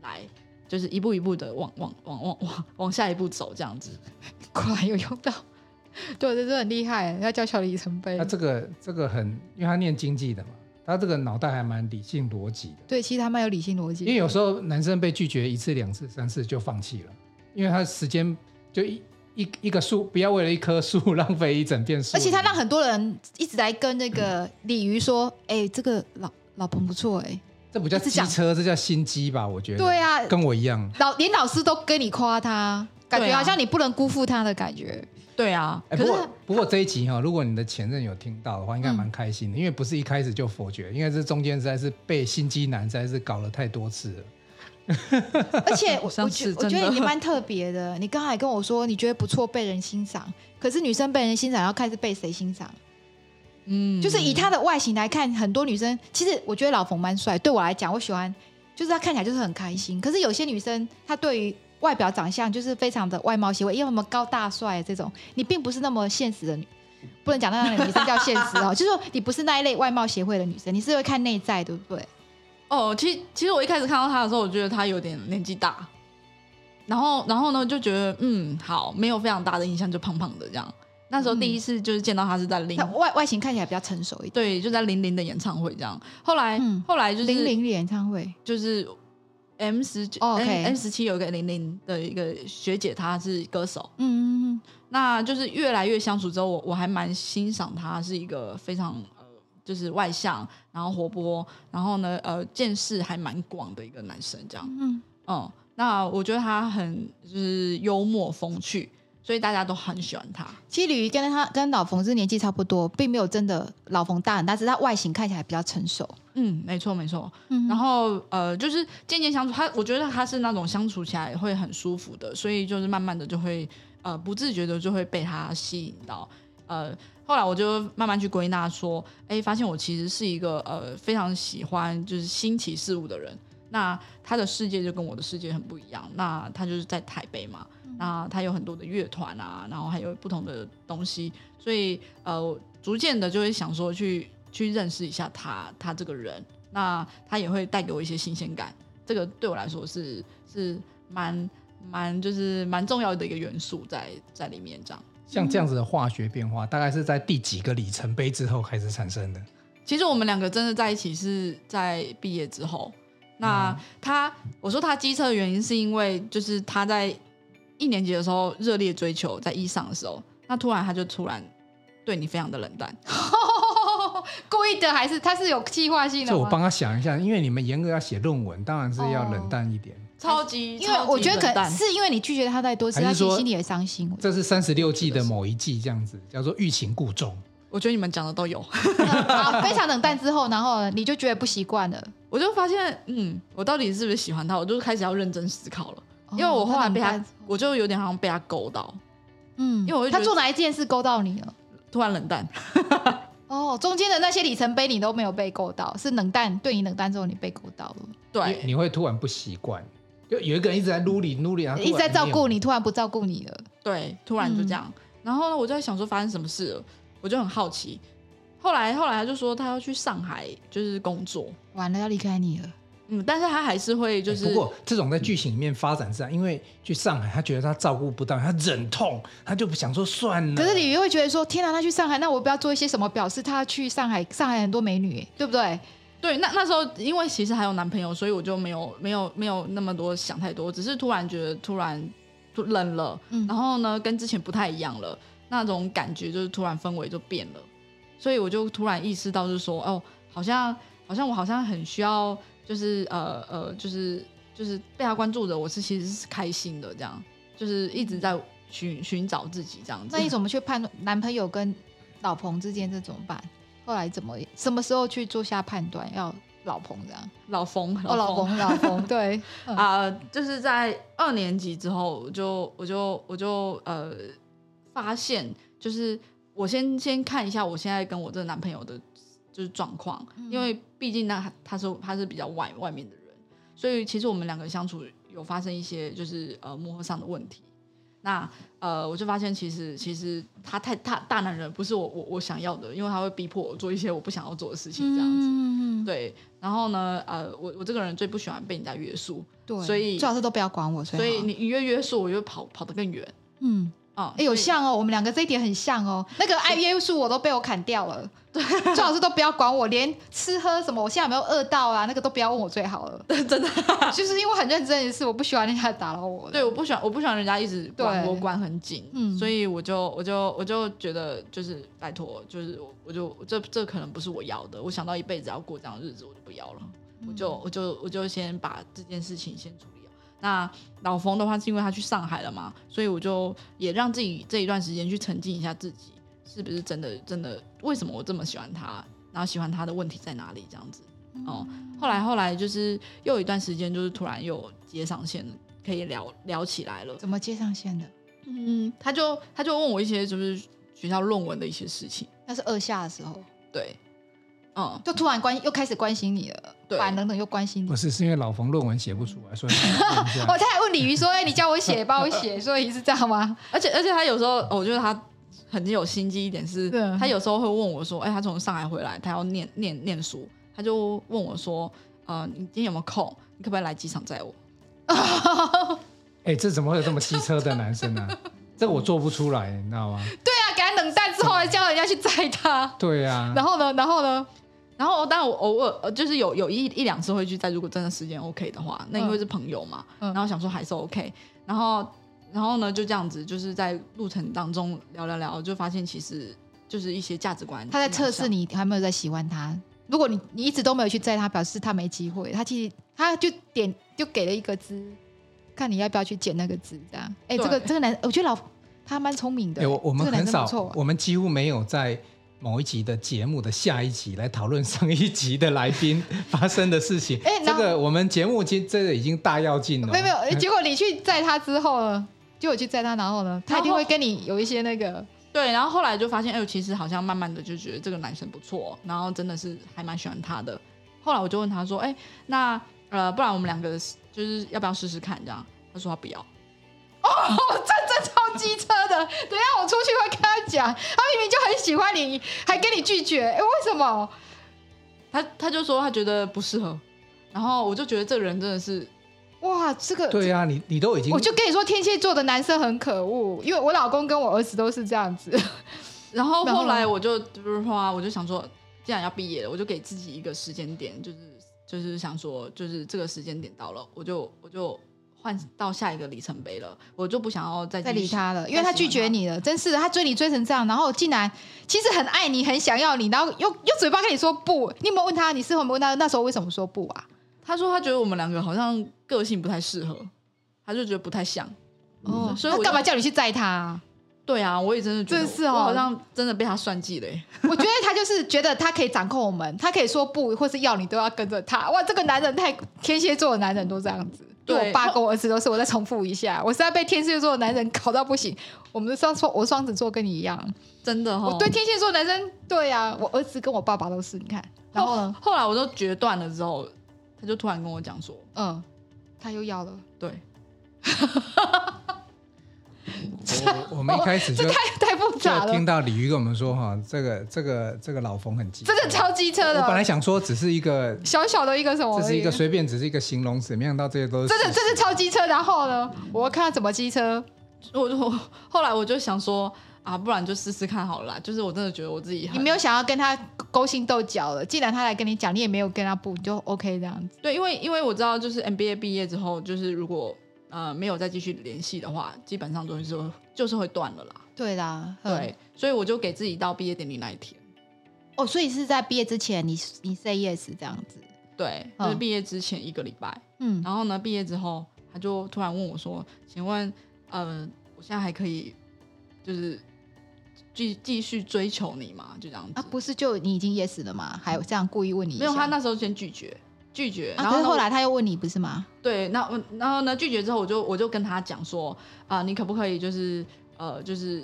Speaker 3: 来，就是一步一步的往往往往往往下一步走这样子。
Speaker 1: 哎
Speaker 2: 果然有用到， 对，这是很厉害，要叫小里程碑
Speaker 1: 那。这个这个很，因为他念经济的嘛，他这个脑袋还蛮理性逻辑的。
Speaker 2: 对，其实他蛮有理性逻辑
Speaker 1: 因为。有时候男生被拒绝一次、两次、三次就放弃了，因为他时间就一一一个树，不要为了一棵树 浪费一整片树。
Speaker 2: 而且他让很多人一直在跟那个鲤鱼说：“哎、这个老老彭不错哎、
Speaker 1: 这不叫
Speaker 2: 一直
Speaker 1: 机
Speaker 2: 讲
Speaker 1: 车，这叫心机吧？我觉得。
Speaker 2: 对啊，
Speaker 1: 跟我一样。
Speaker 2: 老连老师都跟你夸他，感
Speaker 3: 对
Speaker 2: 觉
Speaker 3: 啊
Speaker 2: 好像你不能辜负他的感 觉。
Speaker 3: 对啊，
Speaker 1: 哎，
Speaker 2: 可
Speaker 1: 不
Speaker 2: 是
Speaker 1: 过不过这一集哈、如果你的前任有听到的话，应该
Speaker 2: 嗯
Speaker 1: 蛮开心的，因为不是一开始就否决，因为这中间实在是被心机男实在是搞了太多次了。
Speaker 2: 而且我
Speaker 3: 上
Speaker 2: 我觉
Speaker 3: 次
Speaker 2: 我觉
Speaker 3: 真
Speaker 2: 得
Speaker 3: 的
Speaker 2: 你蛮特别的，你刚才跟我说你觉得不错，被人欣赏，可是女生被人欣赏要看是被谁欣赏。
Speaker 3: 嗯，
Speaker 2: 就是以她的外形来看，很多女生其实我觉得老冯蛮帅，对我来讲，我喜欢就是他看起来就是很开心。可是有些女生她对于外表长相就是非常的外貌协会，因为我们高大帅这种，你并不是那么现实的女。 不能讲那样的女生叫现实哦，就是说你不是那一类外貌协会的女生，你是会看内在，对不对？
Speaker 3: 哦，其实其实我一开始看到他的时候，我觉得他有点年纪大，然后然后呢就觉得嗯好，没有非常大的印象，就胖胖的这样。那时候
Speaker 2: 嗯
Speaker 3: 第一次就是见到他是在林，
Speaker 2: 她外外形看起来比较成熟一点。
Speaker 3: 对，就在林林的演唱会这样。后来、
Speaker 2: 嗯
Speaker 3: 后来就是
Speaker 2: 零零演唱会，
Speaker 3: 就是 M 十九
Speaker 2: 哦，OK
Speaker 3: M 十七有一个零零的一个学姐，她是歌手，
Speaker 2: 嗯嗯
Speaker 3: 那就是越来越相处之后，我我还蛮欣赏他是一个非常呃，就是外向，然后活泼，然后呢呃见识还蛮广的一个男生这样。
Speaker 2: 嗯，
Speaker 3: 嗯，那我觉得他很就是幽默风趣，所以大家都很喜欢他。
Speaker 2: 其实鲤鱼跟他跟老冯是年纪差不多，并没有真的老冯大很大，只是他外形看起来比较成熟。
Speaker 3: 嗯，没错没错。
Speaker 2: 嗯
Speaker 3: 然后呃，就是渐渐相处，他我觉得他是那种相处起来会很舒服的，所以就是慢慢的就会呃不自觉的就会被他吸引到。呃，后来我就慢慢去归纳说，哎，发现我其实是一个呃非常喜欢就是新奇事物的人。那他的世界就跟我的世界很不一样。那他就是在台北嘛，那他有很多的乐团啊，然后还有不同的东西，所以呃，我逐渐的就会想说去去认识一下他他这个人。那他也会带给我一些新鲜感，这个对我来说是是蛮蛮就是蛮重要的一个元素在在里面这样。
Speaker 1: 像这样子的化学变化，大概是在第几个里程碑之后开始产生的？
Speaker 3: 其实我们两个真的在一起是在毕业之后。那他，我说他机车的原因是因为，就是他在一年级的时候热烈追求，在一上的时候，那突然他就突然对你非常的冷淡。
Speaker 2: 故意的还是他是有计划性的
Speaker 1: 这
Speaker 2: 吗？哦
Speaker 1: 我帮他想一下，因为你们严格要写论文，当然是要冷淡一点。
Speaker 3: 超级，
Speaker 2: 因为我觉得可
Speaker 3: 能
Speaker 2: 能是因为你拒绝他太多次，
Speaker 1: 还
Speaker 2: 他
Speaker 1: 是
Speaker 2: 其
Speaker 1: 说
Speaker 2: 实心里也伤心。
Speaker 1: 这是三十六计的某一计，这样子叫做欲擒故纵。
Speaker 3: 我觉得你们讲的都 有，
Speaker 2: 好，非常冷淡之后，然后你就觉得不习惯了，
Speaker 3: 我就发现，嗯，我到底是不是喜欢他？我就开始要认真思考了，因为我后来被
Speaker 2: 哦
Speaker 3: 他
Speaker 2: 冷淡，
Speaker 3: 我就有点好像被他勾到，
Speaker 2: 嗯，
Speaker 3: 因为我就觉
Speaker 2: 他
Speaker 3: 得
Speaker 2: 做哪一件事勾到你了？
Speaker 3: 突然冷淡。
Speaker 2: 哦，中间的那些里程碑你都没有被勾到，是冷淡对你冷淡之后你被勾到了，
Speaker 1: 你
Speaker 3: 对
Speaker 1: 你会突然不习惯，就有一个人一直在撸你撸你，然后
Speaker 2: 一直在照顾
Speaker 1: 你。
Speaker 2: 你，突然不照顾你了。
Speaker 3: 对，突然就这样。然后呢，我就在想说发生什么事了，我就很好奇。后来后来他就说他要去上海就是工作，
Speaker 2: 完了，要离开你了，
Speaker 3: 嗯，但是他还是会就是、
Speaker 1: 哎不过这种在剧情里面发展是这样，因为去上海，他觉得他照顾不到，他忍痛，他就想说算了。
Speaker 2: 可是鲤鱼会觉得说：“天啊，他去上海，那我不要做一些什么表示他去上海，上海很多美女，对不对？
Speaker 3: 对，那那时候因为其实还有男朋友，所以我就没有没有没有那么多想太多，只是突然觉得突然突冷了，
Speaker 2: 嗯
Speaker 3: 然后呢跟之前不太一样了，那种感觉就是突然氛围就变了，所以我就突然意识到，就是说哦，好像好像我好像很需要，就是呃呃，就是就是被他关注着，我是其实是开心的，这样就是一直在寻寻找自己这样
Speaker 2: 嗯
Speaker 3: 子
Speaker 2: 那。你怎么去判断男朋友跟老彭之间这怎么办？后来怎么什么时候去做下判断？要老彭这样？
Speaker 3: 老冯，
Speaker 2: 哦，老
Speaker 3: 冯
Speaker 2: 彭，老 彭，对，
Speaker 3: 啊、就是在二年级之后，我就我就我就呃发现，就是我先先看一下我现在跟我这个男朋友的，就是状况，因为毕竟那他是他是比较外外面的人，所以其实我们两个相处有发生一些就是呃磨合上的问题。那呃，我就发现其实其实他太大大男人不是我我我想要的，因为他会逼迫我做一些我不想要做的事情，这样子。
Speaker 2: 嗯，
Speaker 3: 对，然后呢，呃，我我这个人最不喜欢被人家约束，
Speaker 2: 对，
Speaker 3: 所以
Speaker 2: 最好是都不要管我，
Speaker 3: 所
Speaker 2: 以
Speaker 3: 以
Speaker 2: 好
Speaker 3: 你一约约束，我就跑跑得更远
Speaker 2: 嗯，
Speaker 3: 啊。
Speaker 2: 哎，有
Speaker 3: 所以
Speaker 2: 像哦，我们两个这一点很像哦。那个爱约束我都被我砍掉了，对，最好是都不要管我，连吃喝什么，我现在有没有饿到啊，那个都不要问我最好了。 真的，就是因为我很认真的事，我不喜欢人家打扰我。
Speaker 3: 对，，我不喜欢，我不喜欢人家一直管
Speaker 2: 对
Speaker 3: 我管很紧，
Speaker 2: 嗯
Speaker 3: 所以我就我就我就觉得就是拜托，就是我我就这这可能不是我要的，我想到一辈子要过这样的日子，我就不要了，我就我就我就先把这件事情先处理好。那老冯的话是因为他去上海了嘛，所以我就也让自己这一段时间去沉浸一下自己，是不是真的真的为什么我这么喜欢他，然后喜欢他的问题在哪里这样子。哦，后来后来就是又有一段时间，就是突然又接上线了，可以聊聊起来了。
Speaker 2: 怎么接上线的？
Speaker 3: 嗯，他就他就问我一些就是学校论文的一些事情，
Speaker 2: 那是二下的时候，
Speaker 3: 对，嗯，
Speaker 2: 就突然关又开始关心你了，
Speaker 3: 对
Speaker 2: 反等等又关心你
Speaker 1: 不。是，是因为老冯论文写不出来，所以问一下
Speaker 2: 哦，他还问鲤鱼说：“哎、你教我写，帮我写。”所以是这样吗？
Speaker 3: 而且而且他有时候，哦我觉得他很有心机一点是
Speaker 2: 对啊，
Speaker 3: 他有时候会问我说，哎、他从上海回来，他要念念念书，他就问我说，呃，你今天有没有空？你可不可以来机场载我？
Speaker 1: 哎、这怎么会有这么机车的男生呢、这我做不出来，你知道吗？
Speaker 2: 对啊，给他冷淡之后，还叫人家去载他。
Speaker 1: 对啊呀、
Speaker 2: 然后呢？然后呢？
Speaker 3: 然后，哦当然我偶尔呃，就是有有一一两次会去在，如果真的时间 OK 的话，那因为是朋友嘛，
Speaker 2: 嗯
Speaker 3: 然后想说还是 OK，然后然后呢就这样子，就是在路程当中聊聊聊，就发现其实就是一些价值观，
Speaker 2: 他在测试，你还没有在喜欢他。如果你你一直都没有去载他，表示他没机会。他其实他就点就给了一个字，看你要不要去捡那个字，这样。哎、
Speaker 3: 对
Speaker 2: 这个这个男，我觉得老他蛮聪明的、
Speaker 1: 哎，我我们
Speaker 2: 这个男
Speaker 1: 很
Speaker 2: 生
Speaker 1: 少
Speaker 2: 不错，啊
Speaker 1: 我们几乎没有在某一集的节目的下一集来讨论上一集的来宾 发生的事情。
Speaker 2: 哎
Speaker 1: 这
Speaker 2: 然后
Speaker 1: 个我们节目其实这个已经大要进了。
Speaker 2: 没有没有，哎结果你去载他之后呢，就我去载他，然后呢，他一定
Speaker 3: 然后
Speaker 2: 会跟你有一些那个，
Speaker 3: 对，然后后来就发现，哎、呦，其实好像慢慢的就觉得这个男生不错，然后真的是还蛮喜欢他的。后来我就问他说，哎、那呃，不然我们两个就是要不要试试看这样？他说他不要，
Speaker 2: 哦，这这超机车的。等一下我出去会跟他讲，他明明就很喜欢你，还跟你拒绝，哎、为什么？
Speaker 3: 他他就说他觉得不适合，然后我就觉得这个人真的是。
Speaker 2: 哇，这个
Speaker 1: 哎对呀、你你都已经
Speaker 2: 我就跟你说，天蝎座的男生很可恶，因为我老公跟我儿子都是这样 子。
Speaker 3: 然后
Speaker 2: 然后
Speaker 3: 后
Speaker 2: 呢
Speaker 3: 来我就就是说啊，我就想说，既然要毕业了，我就给自己一个时间点，就是就是想说，就是这个时间点到了，我就我就换到下一个里程碑了，我就不想要再
Speaker 2: 再
Speaker 3: 继续
Speaker 2: 理他了，
Speaker 3: 再
Speaker 2: 因为他拒
Speaker 3: 喜
Speaker 2: 绝
Speaker 3: 欢他。
Speaker 2: 你了，真是的，他追你追成这样，然后竟然其实很爱你，很想要你，然后又又嘴巴跟你说不，你有没有问他？你事后有没有问他那时候为什么说不啊？
Speaker 3: 他说他觉得我们两个好像个性不太适合，他就觉得不太像。
Speaker 2: 哦，
Speaker 3: 所以
Speaker 2: 他
Speaker 3: 我
Speaker 2: 干
Speaker 3: 就
Speaker 2: 嘛叫你去载他、啊？
Speaker 3: 对啊，我也真的觉得
Speaker 2: 真是
Speaker 3: 我
Speaker 2: 哦
Speaker 3: 我好像真的被他算计了耶。
Speaker 2: 我觉得他就是觉得他可以掌控我们，他可以说不或是要你都要跟着他。哇，这个男人太天蝎座的男人都这样子。
Speaker 3: 对
Speaker 2: 我爸跟我儿子都是，我再重复一下，我实在被天蝎座的男人搞到不行。我们双双我双子座跟你一样，
Speaker 3: 真的哈、
Speaker 2: 我对天蝎座男生，对呀、我儿子跟我爸爸都是，你看，然后呢，
Speaker 3: 后来我就决断了之后，他就突然跟我讲说，
Speaker 2: 嗯，他又要了，
Speaker 3: 对，
Speaker 1: 我我们一开始 就
Speaker 2: 这太太复杂
Speaker 1: 就
Speaker 2: 了
Speaker 1: 听，到鲤鱼跟我们说哈，这个这个这个老冯很急，
Speaker 2: 真的超机车
Speaker 1: 我本来
Speaker 2: 的，
Speaker 1: 想说只是一个，
Speaker 2: 小小的一个什么而
Speaker 1: 这
Speaker 2: 已，
Speaker 1: 是一个随便只是一个形容词，没想到这些都是
Speaker 2: 哦哎真的
Speaker 1: 事实
Speaker 2: 真的超机车。然后呢，我看他怎么机车，
Speaker 3: 我我后来我就想说啊，不然就试试看好了啦。就是我真的觉得我自己
Speaker 2: 你
Speaker 3: 很
Speaker 2: 没有想要跟他勾心斗角了。既然他来跟你讲，你也没有跟他不，你就 OK 这样子。
Speaker 3: 对，因为因为我知道，就是 MBA 毕业之后，就是如果呃没有再继续联系的话，基本上东西是会就是会断了啦。
Speaker 2: 对啦，嗯
Speaker 3: 对，所以我就给自己到毕业典礼那一天，
Speaker 2: 哦，所以是在毕业之前你，你 say yes 这样子。
Speaker 3: 对，就是
Speaker 2: 嗯
Speaker 3: 毕业之前一个礼拜。
Speaker 2: 嗯，
Speaker 3: 然后呢，毕业之后，他就突然问我说：“请问，呃，我现在还可以就是继继续追求你吗？”就这样子。
Speaker 2: 啊，不是就你已经 yes 了吗？还有这样故意问你一下？
Speaker 3: 没有，他那时候先拒绝，拒绝。
Speaker 2: 啊，
Speaker 3: 然
Speaker 2: 可
Speaker 3: 后
Speaker 2: 是
Speaker 3: 呢
Speaker 2: 后来他又问你不是吗？
Speaker 3: 对，那我然后呢，拒绝之后，我就我就跟他讲说，啊、你可不可以就是呃，就是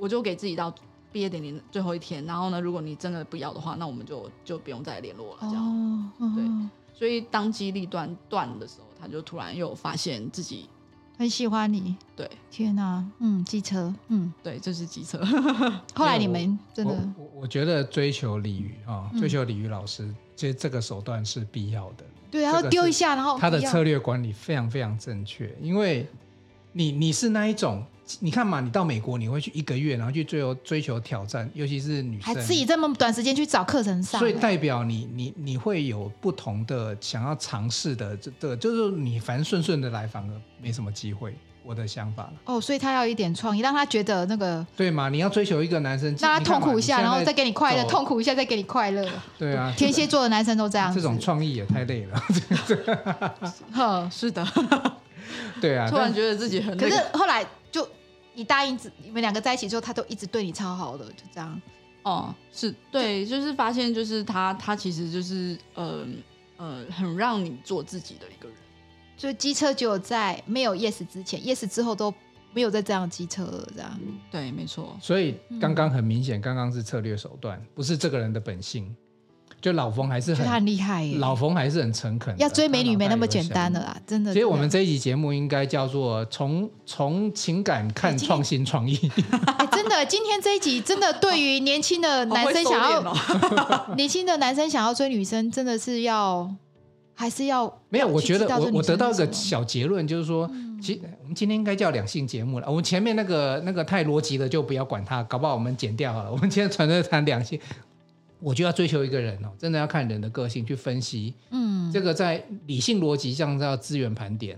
Speaker 3: 我就给自己到毕业典礼最后一天，然后呢，如果你真的不要的话，那我们就就不用再联络了，这样。
Speaker 2: 哦，嗯
Speaker 3: 所以当机立断断的时候，他就突然又发现自己
Speaker 2: 很喜欢你。
Speaker 3: 对
Speaker 2: 天哪、嗯，机车，嗯，
Speaker 3: 对，这是机车，
Speaker 2: 后来你们真
Speaker 1: 我
Speaker 2: 的，
Speaker 1: 我我觉得追求鲤鱼啊，
Speaker 2: 嗯
Speaker 1: 追求鲤鱼老师，其实这个手段是必要的。
Speaker 2: 对，然
Speaker 1: 这
Speaker 2: 后
Speaker 1: 个是
Speaker 2: 丢一下，然后
Speaker 1: 他的
Speaker 2: 不要
Speaker 1: 策略管理非常非常正确，因为你你是那一种，你看嘛，你到美国你会去一个月，然后去追求追求挑战，尤其是女
Speaker 2: 还
Speaker 1: 生，
Speaker 2: 自己这么短时间去找课程上，
Speaker 1: 所以代表你你你会有不同的想要尝试的这这个，就是你反正顺顺的来，反而没什么机会。我的想法了，
Speaker 2: 哦，所以他要一点创意，让他觉得那个
Speaker 1: 对嘛？你要追求一个男生，
Speaker 2: 让他
Speaker 1: 你看
Speaker 2: 痛
Speaker 1: 嘛
Speaker 2: 苦一下，
Speaker 1: 你现
Speaker 2: 然后
Speaker 1: 在
Speaker 2: 再给你快乐，
Speaker 1: 走
Speaker 2: 痛苦一下再给你快 乐。
Speaker 1: 对啊，
Speaker 2: 天蝎座的男生都这样子，
Speaker 1: 这种创意也太累了，
Speaker 2: 哼，
Speaker 3: 是的，
Speaker 1: 对啊。
Speaker 3: 突然觉得自己很
Speaker 2: 可
Speaker 3: 那
Speaker 2: 是
Speaker 3: 个
Speaker 2: 后来就你答应只你们两个在一起之后，他都一直对你超好的，就这样。
Speaker 3: 哦，是对，就是发现就是他他其实就是呃呃很让你做自己的一个人。
Speaker 2: 所以机车只有在没有 yes 之前，yes 之后都没有再这样机车了，这样。
Speaker 3: 对，没错，
Speaker 1: 所以
Speaker 2: 嗯
Speaker 1: 刚刚很明显，刚刚是策略手段，不是这个人的本性。就老冯还是
Speaker 2: 我觉得他
Speaker 1: 很
Speaker 2: 很厉害耶，
Speaker 1: 老冯还是很诚恳的，
Speaker 2: 嗯要追美女没那么简单啊
Speaker 1: 的。
Speaker 2: 的啦，真的。
Speaker 1: 所以我们
Speaker 2: 真
Speaker 1: 这
Speaker 2: 的
Speaker 1: 一集节目应该叫做从从情感看创新创意，
Speaker 2: 哎真的，今天这一集真的对于年轻的
Speaker 3: 好
Speaker 2: 男
Speaker 3: 会
Speaker 2: 生
Speaker 3: 收
Speaker 2: 想要
Speaker 3: 敛 哦
Speaker 2: 年轻的男生想要追女生，真的是要还是要
Speaker 1: 没有，我觉得
Speaker 2: 要去知道
Speaker 1: 我
Speaker 2: 这
Speaker 1: 我
Speaker 2: 女
Speaker 1: 得
Speaker 2: 生
Speaker 1: 到一
Speaker 2: 是
Speaker 1: 个
Speaker 2: 什么嗯
Speaker 1: 小结论，就是说，其我们今天应该叫两性节目了。我们前面那个那个太逻辑的就不要管它，搞不好我们剪掉好了。我们今天纯粹谈两性，我就要追求一个人哦，真的要看人的个性去分析。
Speaker 2: 嗯，
Speaker 1: 这个在理性逻辑上叫资源盘点，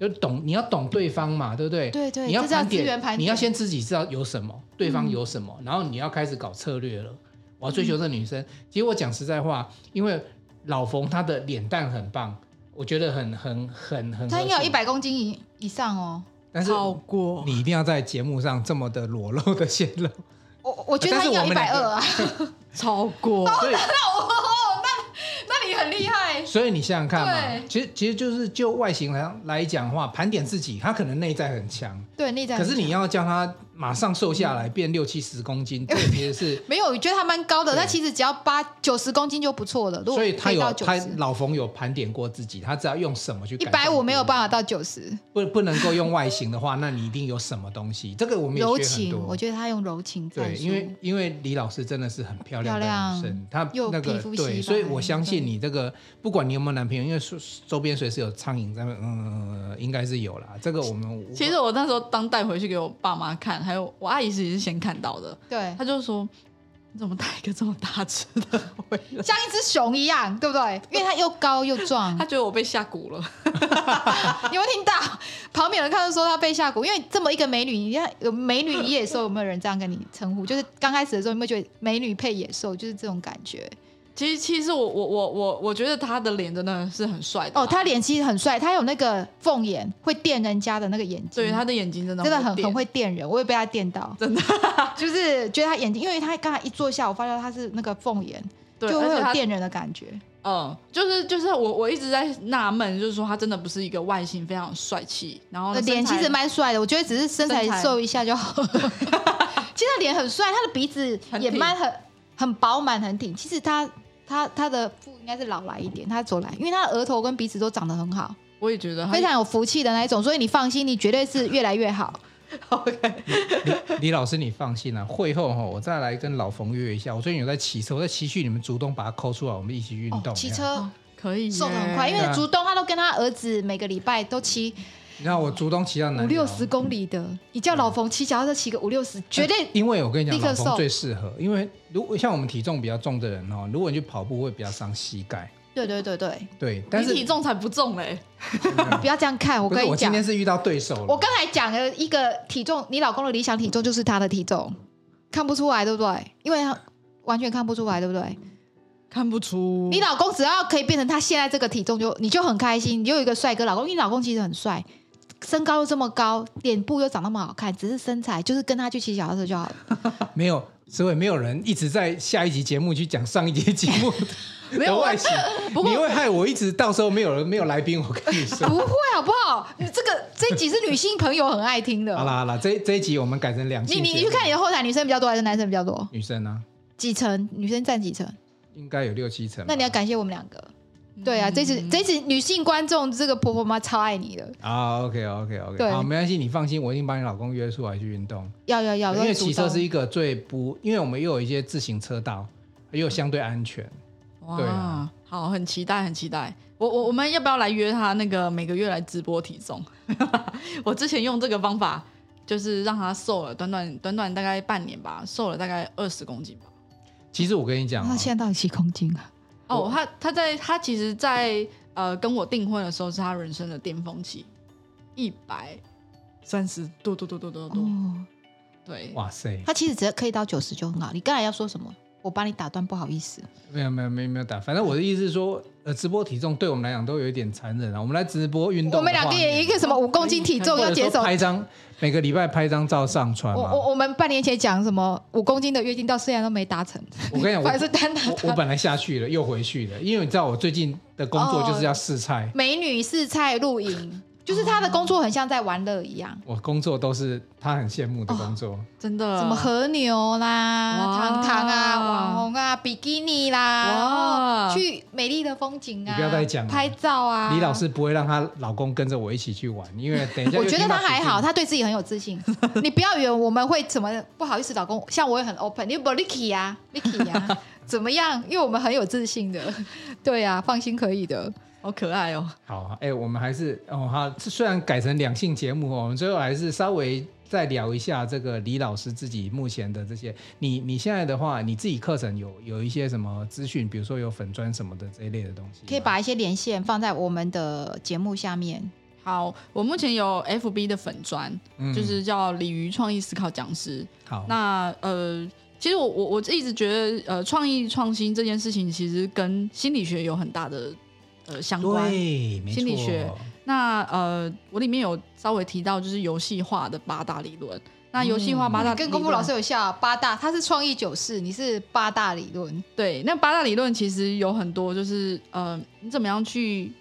Speaker 1: 就懂你要懂对方嘛，对不对？
Speaker 2: 对对
Speaker 1: 你要
Speaker 2: 这叫
Speaker 1: 盘点，
Speaker 2: 资源盘点嗯
Speaker 1: 你要先自己知道有什么，对方有什么，然后你要开始搞策略了。我要追求这女生。其实我讲实在话，因为老冯他的脸蛋很棒，我觉得很很很很。
Speaker 2: 他应该有一，百公斤以以上哦。
Speaker 1: 但是
Speaker 3: 超过
Speaker 1: 你一定要在节目上这么的裸露的泄露。
Speaker 2: 我我觉得
Speaker 1: 哎但
Speaker 2: 他
Speaker 1: 是
Speaker 2: 应该
Speaker 1: 我
Speaker 2: 一
Speaker 1: 们
Speaker 2: 百
Speaker 1: 两
Speaker 2: 二
Speaker 1: 个
Speaker 2: 啊，
Speaker 3: 超过，
Speaker 1: 所以
Speaker 2: 那你很厉害。
Speaker 1: 所以你想想看嘛，
Speaker 2: 对
Speaker 1: 其实其实就是就外形来来讲的话，盘点自己，他可能内在很强。
Speaker 2: 对，内在
Speaker 1: 可
Speaker 2: 很嗯
Speaker 1: 是你要叫他马上瘦下来，变六七十公斤，这其实是，
Speaker 2: 没有，我觉得他蛮高的，
Speaker 1: 对
Speaker 2: 他其实只要八九十公斤就不错了。如果
Speaker 1: 所以他
Speaker 2: 可
Speaker 1: 有
Speaker 2: 到
Speaker 1: 他
Speaker 2: 90
Speaker 1: 老冯有盘点过自己，他知道用什么去
Speaker 2: 一
Speaker 1: 改善
Speaker 2: 百五没有
Speaker 1: 自己
Speaker 2: 办法到九十，
Speaker 1: 不不能够用外形的话，那你一定有什么东西，这个我们
Speaker 2: 柔
Speaker 1: 也学很
Speaker 2: 情，我
Speaker 1: 多。
Speaker 2: 觉得他用柔情战
Speaker 1: 对，
Speaker 2: 术
Speaker 1: 因为因为李老师真的是很漂亮的
Speaker 2: 漂亮
Speaker 1: 女生，她
Speaker 2: 又
Speaker 1: 那个
Speaker 2: 皮肤细
Speaker 1: 对，
Speaker 2: 白
Speaker 1: 所以我相信你这个，不管你有没有男朋友，因为周周边随时有苍蝇在那，嗯嗯，嗯应该是有啦。这个我们无
Speaker 3: 其实我那时候当带回去给我爸妈看，还有我阿姨是也是先看到的，
Speaker 2: 对，
Speaker 3: 她就说：“你怎么带一个这么大只的 回来
Speaker 2: 像一只熊一样，对不对？因为他又高又壮？”，啊
Speaker 3: 她觉得我被吓蛊了。
Speaker 2: 你有没有听到？旁边有人看到说他被吓唬，因为这么一个美女，你看有美女与野兽，有没有人这样跟你称呼？就是刚开始的时候，有没有觉得美女配野兽就是这种感觉？
Speaker 3: 其实，其实我我我我我觉得他的脸真的是很帅的啦
Speaker 2: 哦，他脸其实很帅，他有那个凤眼，会电人家的那个眼睛，
Speaker 3: 对他的眼睛真的
Speaker 2: 真的很
Speaker 3: 电
Speaker 2: 很会电人，我也被他电到，真的， 就是觉得他眼睛，因为他刚才一坐下，我发现他是那个凤眼，
Speaker 3: 对，
Speaker 2: 就会
Speaker 3: 而且
Speaker 2: 有
Speaker 3: 他
Speaker 2: 电人的感觉。
Speaker 3: 嗯，就是就是我我一直在纳闷，就是说他真的不是一个外形非常帅气，然后呢
Speaker 2: 呃脸其
Speaker 3: 哦身材
Speaker 2: 实蛮帅的，我觉得只是身
Speaker 3: 身材
Speaker 2: 材瘦一下就好。 其实他脸很帅，他的鼻子
Speaker 3: 很
Speaker 2: 也
Speaker 3: 挺
Speaker 2: 蛮很很饱满很挺。其实他他他的腹应该是老来一点，他走来，因为他的额头跟鼻子都长得很好，
Speaker 3: 我也觉得他
Speaker 2: 非常有福气的那一种，所以你放心，你绝对是越来越好。
Speaker 3: OK，
Speaker 1: 李老师，你放心啦、会后哈，我再来跟老冯约一下。我最近有在骑车，我在骑去你们主动把它抠出来，我们一起运动。
Speaker 2: 哦骑
Speaker 1: 这样
Speaker 2: 车
Speaker 3: 可以耶
Speaker 2: 瘦的很快，因为
Speaker 1: 对啊
Speaker 2: 竹东他都跟他儿子每个礼拜都骑。
Speaker 1: 你看我竹东骑到南
Speaker 2: 五
Speaker 1: 寮
Speaker 2: 六十公里的，你叫老冯骑脚踏车骑个五六十，绝对
Speaker 1: 啊因为我跟你讲，
Speaker 2: 立刻
Speaker 1: 老
Speaker 2: 瘦
Speaker 1: 冯最适合，因为如果像我们体重比较重的人哦，如果你去跑步会比较伤膝盖，
Speaker 2: 对对对对，
Speaker 1: 对。但
Speaker 3: 你
Speaker 1: 是
Speaker 3: 体重才不重嘞，
Speaker 1: 嗯
Speaker 2: 不要这样看，我
Speaker 1: 不
Speaker 2: 跟
Speaker 1: 是
Speaker 2: 你
Speaker 1: 我今
Speaker 2: 讲，
Speaker 1: 天是遇到对手
Speaker 2: 我
Speaker 1: 了，
Speaker 2: 刚才讲了一个体重，你老公的理想体重就是他的体重，看不出来对不对？因为他完全看不出来对不对？
Speaker 3: 看不出。
Speaker 2: 你老公只要可以变成他现在这个体重就，你就很开心，你就有一个帅哥老公，因为你老公其实很帅，身高又这么高，脸部又长那么好看，只是身材就是跟他去骑小踏车就好 了。
Speaker 1: 没有，所以没有人一直在下一集节目去讲上一集节目
Speaker 3: 没有
Speaker 1: 的外形，
Speaker 3: 不过
Speaker 1: 你会害我一直到时候没有人没有来宾，我跟你 说。
Speaker 2: 不会好不好？你这个这一集是女性朋友很爱听的。
Speaker 1: 好啦好啦，这这一集我们改成两性
Speaker 2: 你
Speaker 1: 节目。
Speaker 2: 你你去看你的后台，女生比较多还是男生比较多？
Speaker 1: 女生啊，
Speaker 2: 几成？女生占几成？
Speaker 1: 应该有六七成吧。
Speaker 2: 那你要感谢我们两个。对啊，这次
Speaker 3: 嗯
Speaker 2: 这次女性观众这个婆婆妈超爱你的，
Speaker 1: 啊，OK OK
Speaker 2: 对
Speaker 1: OK，好，没关系，你放心，我已经把你老公约出来去运动。
Speaker 2: 要要要，
Speaker 1: 因为骑车是
Speaker 2: 一
Speaker 1: 一个最不，因为我们又有一些自行车道，又相对安全。对
Speaker 3: 哇
Speaker 1: 啊，
Speaker 3: 好，很期待，很期待。我我我们要不要来约他那个每个月来直播体重？ 我之前用这个方法，就是让他瘦了，短短短短大概半年吧，瘦了大概二十公斤吧。
Speaker 1: 其实我跟你讲、哦
Speaker 2: 那，现在到底几公斤啊？
Speaker 3: 哦，他他在他其实在，呃跟我订婚的时候是他人生的巅峰期，一百三十多多多多多多，
Speaker 2: 哦，
Speaker 3: 对，
Speaker 1: 哇塞，
Speaker 2: 她其实只要可以到九十就很好。你刚才要说什么？我把你打断，不好意思。
Speaker 1: 没有没有没有没有打，反正我的意思是说，呃，直播体重对我们来讲都有一点残忍啊。我们来直播运动的
Speaker 2: 我
Speaker 1: 画
Speaker 2: 们
Speaker 1: 面，啊
Speaker 2: 两个也一个什么五公斤体重
Speaker 1: 或
Speaker 2: 要
Speaker 1: 者
Speaker 2: 接
Speaker 1: 说
Speaker 2: 受。
Speaker 1: 拍张，每个礼拜拍张照上传
Speaker 2: 我
Speaker 1: 嘛。
Speaker 2: 我我们半年前讲什么五公斤的约定，到现在都没达成，
Speaker 1: 我跟你讲，
Speaker 2: 反而是
Speaker 1: 我
Speaker 2: 单打
Speaker 1: 我我
Speaker 2: 单。
Speaker 1: 本来下去了，又回去了，因为你知道我最近的工作就是要试菜，
Speaker 2: 美女试菜露营，就是她的工作很像在玩乐一样，
Speaker 1: 我工作都是他很羡慕的工作。
Speaker 2: 哦
Speaker 3: 真的
Speaker 2: 什么和牛啦、
Speaker 3: 哇
Speaker 2: 糖糖啊、网红啊、比基尼啦，然
Speaker 3: 哇
Speaker 2: 后去美丽的风景啊，
Speaker 1: 你不要再讲了
Speaker 2: 拍照啊。
Speaker 1: 李老，师不会让她老公跟着我一起去玩，因为等一下
Speaker 2: 我
Speaker 1: 又
Speaker 2: 觉得
Speaker 1: 听到
Speaker 2: 他还
Speaker 1: 不
Speaker 2: 好，他对自己很有自信。 你不要以为我们会怎么不好意思，老公，像我也很 open，你不 Licky 呀，Licky 呀，啊怎么样？因为我们很有自信的， 对啊，放心可以的。
Speaker 3: 好可爱哦，
Speaker 1: 好，哎、我们还是哦，好，虽然改成两性节目哦，我们最后还是稍微再聊一下这个李老师自己目前的这些。你你现在的话，你自己课程有有一些什么资讯，比如说有粉砖什么的这一类的东西吗，
Speaker 2: 可以把一些连线放在我们的节目下面。
Speaker 3: 好，我目前有 FB 的粉砖，
Speaker 1: 嗯
Speaker 3: 就是叫鲤鱼创意思考讲师。
Speaker 2: 哦
Speaker 1: 好，
Speaker 3: 那呃，其实我我我一直觉得，呃，创意创新这件事情其实跟心理学有很大的呃相关。
Speaker 1: 对，没错
Speaker 3: 心理学那呃，我里面有稍微提到就是游戏化的八大理论。那游戏化八大理论、
Speaker 2: 嗯跟功夫老师有效、八大，他是创意九式，你是八大理论。
Speaker 3: 对，那八大理论其实有很多，就是呃，你怎么样去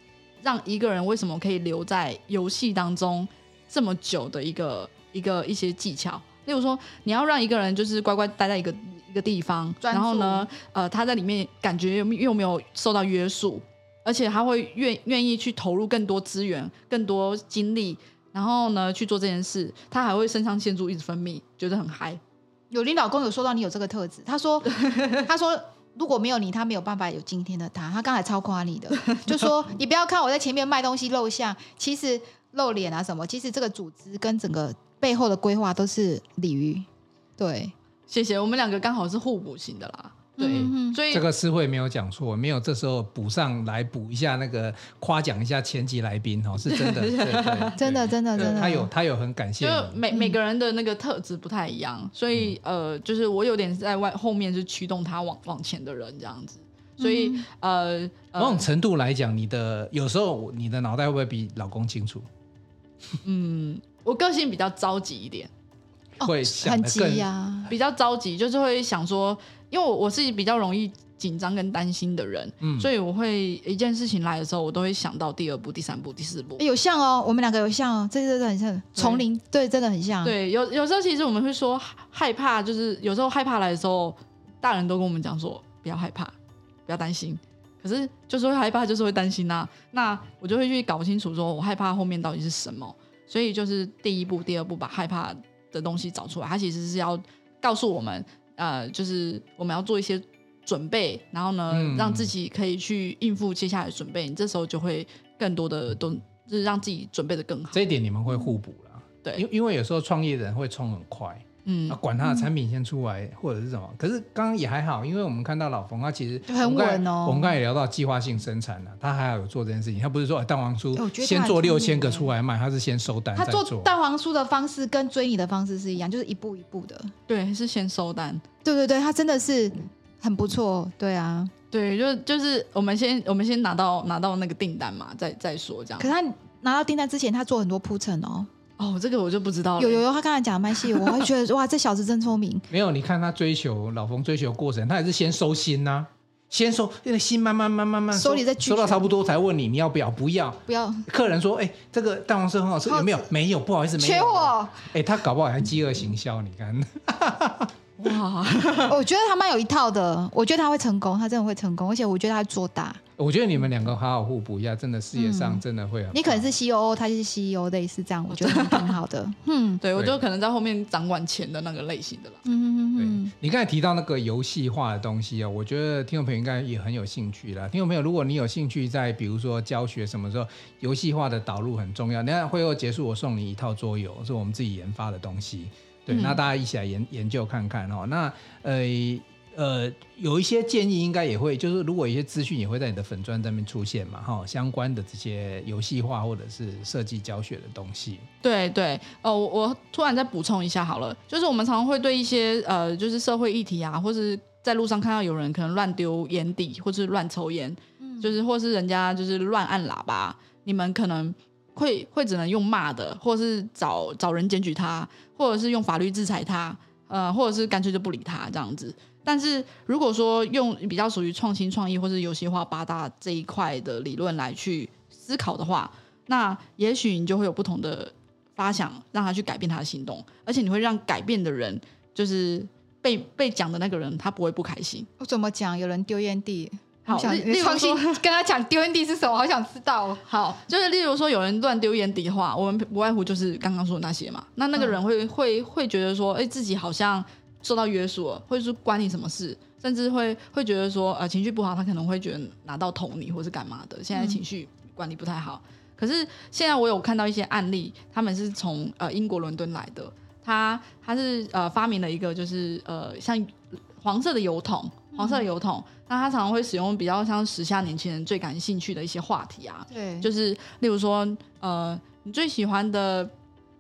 Speaker 3: 让一个人为什么可以留在游戏当中这么久的一个一个一些技巧。例如说，你要让一个人就是乖乖待在一个一个地方，
Speaker 2: 专注
Speaker 3: 然后呢，呃，他在里面感觉有没有又没有受到约束，而且他会愿愿意去投入更多资源、更多精力，然后呢去做这件事，他还会肾上腺素一直分泌，觉得很嗨。
Speaker 2: 有你老公有说到你有这个特质，他说他说如果没有你，他没有办法有今天的他。他刚才超夸你的， 就说你不要看我在前面卖东西露相，其实露脸啊什么，其实这个组织跟整个背后的规划都是鲤鱼。对，
Speaker 3: 谢谢，我们两个刚好是互补型的啦。对，
Speaker 2: 嗯嗯嗯
Speaker 3: 所以
Speaker 1: 这个诗慧没有讲错，没有这时候补上来补一下那个夸奖一下前集来宾哦，是 真的，对对
Speaker 2: 真的
Speaker 1: 对
Speaker 2: 真的
Speaker 1: 对
Speaker 2: 真的
Speaker 1: 他有他有很感谢
Speaker 3: 就
Speaker 1: 你，
Speaker 3: 每每个人的那个特质不太一样，所以呃，就是我有点在外后面是驱动他往往前的人这样子，所
Speaker 2: 嗯
Speaker 3: 以、呃
Speaker 1: 某种
Speaker 3: 呃
Speaker 1: 程度来讲，你的有时候你的脑袋会不会比老公清楚？
Speaker 3: 嗯，我个性比较着急一点，
Speaker 1: 会想
Speaker 2: 哦很
Speaker 1: 得更
Speaker 2: 急呀、
Speaker 3: 比较着急，就是会想说，因为我我是比较容易紧张跟担心的人，
Speaker 1: 嗯
Speaker 3: 所以我会一件事情来的时候，我都会想到第二步、第三步、第四步，
Speaker 2: 诶有像哦，我们两个有像哦，这真的很像，丛林对，真的很像。
Speaker 3: 对，有有时候其实我们会说害怕，就是有时候害怕来的时候，大人都跟我们讲说不要害怕，不要担心。可是就是会害怕，就是会担心呐、那我就会去搞清楚，说我害怕后面到底是什么。所以就是第一步、第二步，把害怕的东西找出来。它其实是要告诉我们，呃，就是我们要做一些准备，然后呢，
Speaker 1: 嗯
Speaker 3: 让自己可以去应付接下来的准备。你这时候就会更多的东就是让自己准备的更好。
Speaker 1: 这一点你们会互补啦。
Speaker 3: 对
Speaker 1: 因因为有时候创业人会冲很快，
Speaker 3: 嗯
Speaker 1: 啊，，管他的产品先出来或者是什么。可是刚刚也还好，因为我们看到老冯他其实
Speaker 2: 就很
Speaker 1: 我们刚才
Speaker 2: 稳哦
Speaker 1: 我们刚才也聊到计划性生产了，啊他还好有做这件事情，他不是说哎蛋黄
Speaker 2: 哎我
Speaker 1: 酥
Speaker 2: 觉得
Speaker 1: 先
Speaker 2: 他很
Speaker 1: 做
Speaker 2: 聪
Speaker 1: 六
Speaker 2: 明
Speaker 1: 千个
Speaker 2: 耶
Speaker 1: 出来卖，他是先收单
Speaker 2: 他
Speaker 1: 再
Speaker 2: 做蛋黄酥的方式跟追你的方式是一样，就是一步一步的。
Speaker 3: 对，是先收单。
Speaker 2: 对对对，他真的是很不错，对啊。
Speaker 3: 对，就就是我们先我们先拿到拿到那个订单嘛，再再说这样
Speaker 2: 可。是他拿到订单之前，他做很多铺陈哦。
Speaker 3: 哦，这个我就不知道了。
Speaker 2: 有有有，他刚才讲的蛮细，我会觉得哇，这小子真聪明。
Speaker 1: 没有，你看他追求老冯追求过程，他也是先收心呐、先收那个心慢慢慢慢慢
Speaker 2: 收你再拒绝
Speaker 1: 收到差不多才问你你要不要不要。
Speaker 2: 不要
Speaker 1: 客人说：“哎、这个蛋黄酥很好吃，
Speaker 2: 好
Speaker 1: 有没有？没有，不好意思，没有。
Speaker 2: 缺我，
Speaker 1: 哎、他搞不好还饥饿行销，你看，
Speaker 3: 哇，
Speaker 2: 我觉得他蛮有一套的，我觉得他会成功，他真的会成功，而且我觉得他会做大。
Speaker 1: 我觉得你们两个好好互补一下，真的事业上真的会很、
Speaker 2: 你可能是 COO，他就是 CEO，类似这样，我觉得挺好的。 嗯
Speaker 3: 对我
Speaker 1: 对
Speaker 3: 就可能在后面掌管钱的那个类型的啦。
Speaker 2: 嗯嗯
Speaker 1: 对
Speaker 2: 嗯，
Speaker 1: 你刚才提到那个游戏化的东西啊、我觉得听众朋友应该也很有兴趣啦。听众朋友，如果你有兴趣在比如说教学什么时候，游戏化的导入很重要。等一下会后结束，我送你一套桌游，是我们自己研发的东西。对，
Speaker 3: 嗯
Speaker 1: 那大家一起来研研究看看哦。那呃呃，有一些建议应该也会，就是如果有一些资讯也会在你的粉砖上面出现嘛，哈、相关的这些游戏化或者是设计教学的东西。
Speaker 3: 对对，哦，我我突然再补充一下好了，就是我们常常会对一些呃，就是社会议题啊，或是在路上看到有人可能乱丢烟蒂，或是乱抽烟，就是或是人家就是乱按喇叭，你们可能会会只能用骂的，或是找找人检举他，或者是用法律制裁他，呃，或者是干脆就不理他这样子。但是如果说用比较属于创新创意或是游戏化八大这一块的理论来去思考的话，那也许你就会有不同的发想，让他去改变他的行动，而且你会让改变的人，就是被被讲的那个人，他不会不开心。
Speaker 2: 我怎么讲？有人丢烟蒂，
Speaker 3: 好
Speaker 2: 我想
Speaker 3: 例例如说
Speaker 2: 创新跟他讲丢烟蒂是什么，好想知道哦。
Speaker 3: 好，就是例如说有人乱丢烟蒂的话，我们不外乎就是刚刚说的那些嘛。那那个人会、会会觉得说，哎、自己好像受到约束了，或者是关你什么事，甚至会会觉得说，呃，情绪不好，他可能会觉得拿到捅你或是干嘛的。现在情绪管理不太好，可是现在我有看到一些案例，他们是从呃英国伦敦来的，他他是呃发明了一个就是呃像黄色的油桶。黄色的油桶，那他常常会使用比较像时下年轻人最感兴趣的一些话题啊，
Speaker 2: 对，
Speaker 3: 就是例如说，呃，你最喜欢的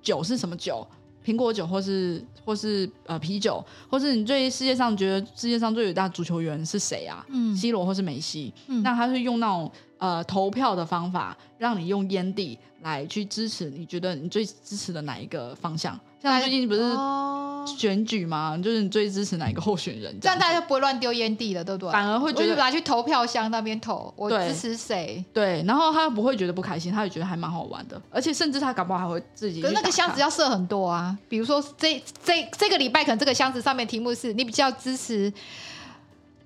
Speaker 3: 酒是什么酒？苹果酒，或是或是呃啤酒，或是你对世界上觉得世界上最伟大的足球员是谁啊？
Speaker 2: 嗯
Speaker 3: C 罗或是梅西？
Speaker 2: 嗯
Speaker 3: 那他是用那种呃投票的方法，让你用烟蒂来去支持你觉得你最支持的哪一个方向？像最近不是
Speaker 2: 哦，
Speaker 3: 选举吗？就是你最支持哪一个候选人？
Speaker 2: 这样大
Speaker 3: 子
Speaker 2: 家就不会乱丢烟蒂了，对不对？
Speaker 3: 反而会觉
Speaker 2: 我就
Speaker 3: 得
Speaker 2: 拿去投票箱那边投，我
Speaker 3: 对
Speaker 2: 支持谁？
Speaker 3: 对，然后他不会觉得不开心，他也觉得还蛮好玩的，而且甚至他搞不好还会自己去
Speaker 2: 可
Speaker 3: 打
Speaker 2: 是
Speaker 3: 卡。
Speaker 2: 那个箱子要设很多啊，比如说这这这个礼拜可能这个箱子上面题目是你比较支持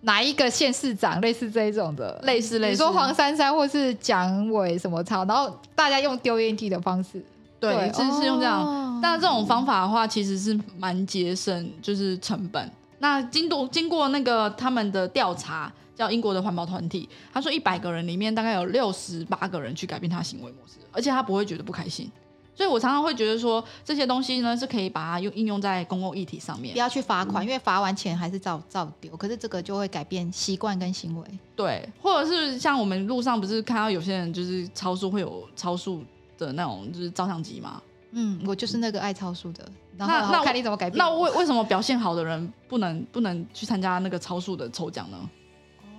Speaker 2: 哪一个县市长，类似这一种的，
Speaker 3: 类似类似
Speaker 2: 比如说黄珊珊或是蒋伟什么超，然后大家用丢烟蒂的方式，
Speaker 3: 对，
Speaker 2: 对
Speaker 3: 是是用
Speaker 2: 哦
Speaker 3: 这样。但这种方法的话，其实是蛮节省就是成本。那经过经过那个他们的调查，叫英国的环保团体，他说一百个人里面大概有六十八个人去改变他行为模式，而且他不会觉得不开心。所以我常常会觉得说，这些东西呢是可以把它用应用在公共议题上面
Speaker 2: 不。要去罚
Speaker 3: 嗯
Speaker 2: 款，因为罚完钱还是照照丢，可是这个就会改变习惯跟行为。
Speaker 3: 对，或者是像我们路上不是看到有些人就是超速会有超速的那种就是照相机吗？
Speaker 2: 嗯，我就是那个爱超速的，然
Speaker 3: 那
Speaker 2: 后
Speaker 3: 那
Speaker 2: 我
Speaker 3: 我
Speaker 2: 看你怎么改变
Speaker 3: 那
Speaker 2: 我。
Speaker 3: 为为什么表现好的人不能不能去参加那个超速的抽奖
Speaker 2: 哦
Speaker 3: 呢？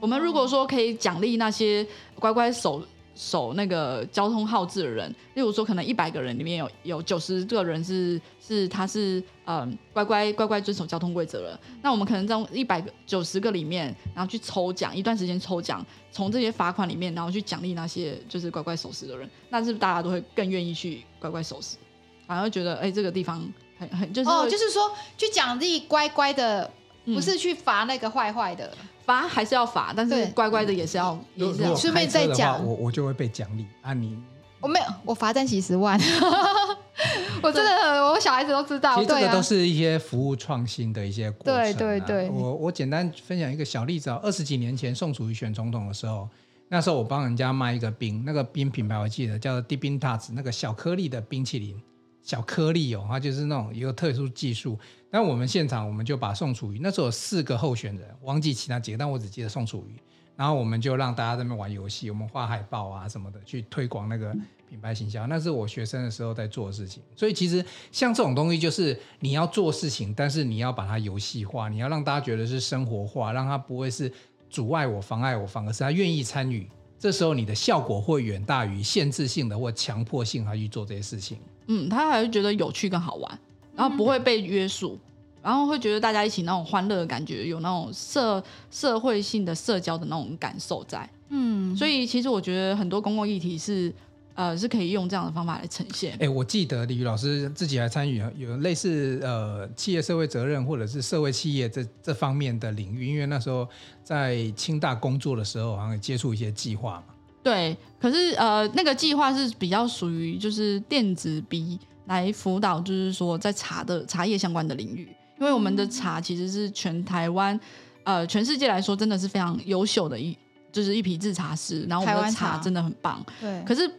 Speaker 3: 我们如果说可以奖励那些乖乖守守那个交通号志的人，例如说可能一百个人里面有有九十个人是是他是嗯乖乖乖乖遵守交通规则了，
Speaker 2: 嗯
Speaker 3: 那我们可能在一百九十个里面，然后去抽奖一段时间抽奖，从这些罚款里面，然后去奖励那些就是乖乖守时的人，那是不是大家都会更愿意去乖乖守时，反而会觉得哎、这个地方很很就是
Speaker 2: 哦，
Speaker 3: 会
Speaker 2: 就是说去奖励乖乖的，
Speaker 3: 嗯
Speaker 2: 不是去罚那个坏坏的。
Speaker 3: 罚还是要罚，但
Speaker 2: 对
Speaker 3: 是乖乖的也是要
Speaker 1: 如
Speaker 3: 也是
Speaker 1: 如
Speaker 3: 要
Speaker 1: 果
Speaker 2: 是啊顺便
Speaker 1: 开车的
Speaker 2: 再
Speaker 1: 话
Speaker 2: 讲
Speaker 1: 我我就会被奖励啊你。
Speaker 2: 我哦没有，我罚站几十 万，我真的，我小孩子都知道，
Speaker 1: 其实这
Speaker 2: 对
Speaker 1: 个
Speaker 2: 啊
Speaker 1: 都，是一些服务创新的一些过程、啊。
Speaker 2: 对对对
Speaker 1: 哦我我简单分享一个小例子啊、二十几年前宋楚瑜选总统的时候，那时候我帮人家卖一个冰，那个冰品牌我记得叫做 d i b i n t a s 那个小颗粒的冰淇淋，小颗粒哦，它就是那种一个特殊技术。那我们现场我们就把宋楚瑜，那时候有四个候选人，忘记其他几个，但我只记得宋楚瑜。然后我们就让大家在那边玩游戏，我们画海报啊什么的去推广那个品牌形象。那是我学生的时候在做的事情，所以其实像这种东西，就是你要做事情，但是你要把它游戏化，你要让大家觉得是生活化，让它不会是阻碍我、妨碍我，反而是他愿意参与。这时候你的效果会远大于限制性的或强迫性，他去做这些事情。
Speaker 3: 嗯，他还是觉得有趣跟好玩，然后不会被约束，然后会觉得大家一起那种欢乐的感觉，有那种社社会性的社交的那种感受在。
Speaker 2: 嗯，
Speaker 3: 所以其实我觉得很多公共议题是，呃，是可以用这样的方法来呈现。
Speaker 1: 哎，我记得李宇老师自己还参与啊有类似呃企业社会责任或者是社会企业这这方面的领域，因为那时候在清大工作的时候，好像也接触一些计划嘛。
Speaker 3: 对，可是呃，那个计划是比较属于就是电子笔来辅导，就是说在茶的茶叶相关的领域，因为我
Speaker 2: 嗯
Speaker 3: 们的茶其实是全台湾，呃，全世界来说真的是非常优秀的一，就是一批制茶师，然后我
Speaker 2: 台
Speaker 3: 们的
Speaker 2: 湾茶
Speaker 3: 茶真的很棒，
Speaker 2: 对，
Speaker 3: 可是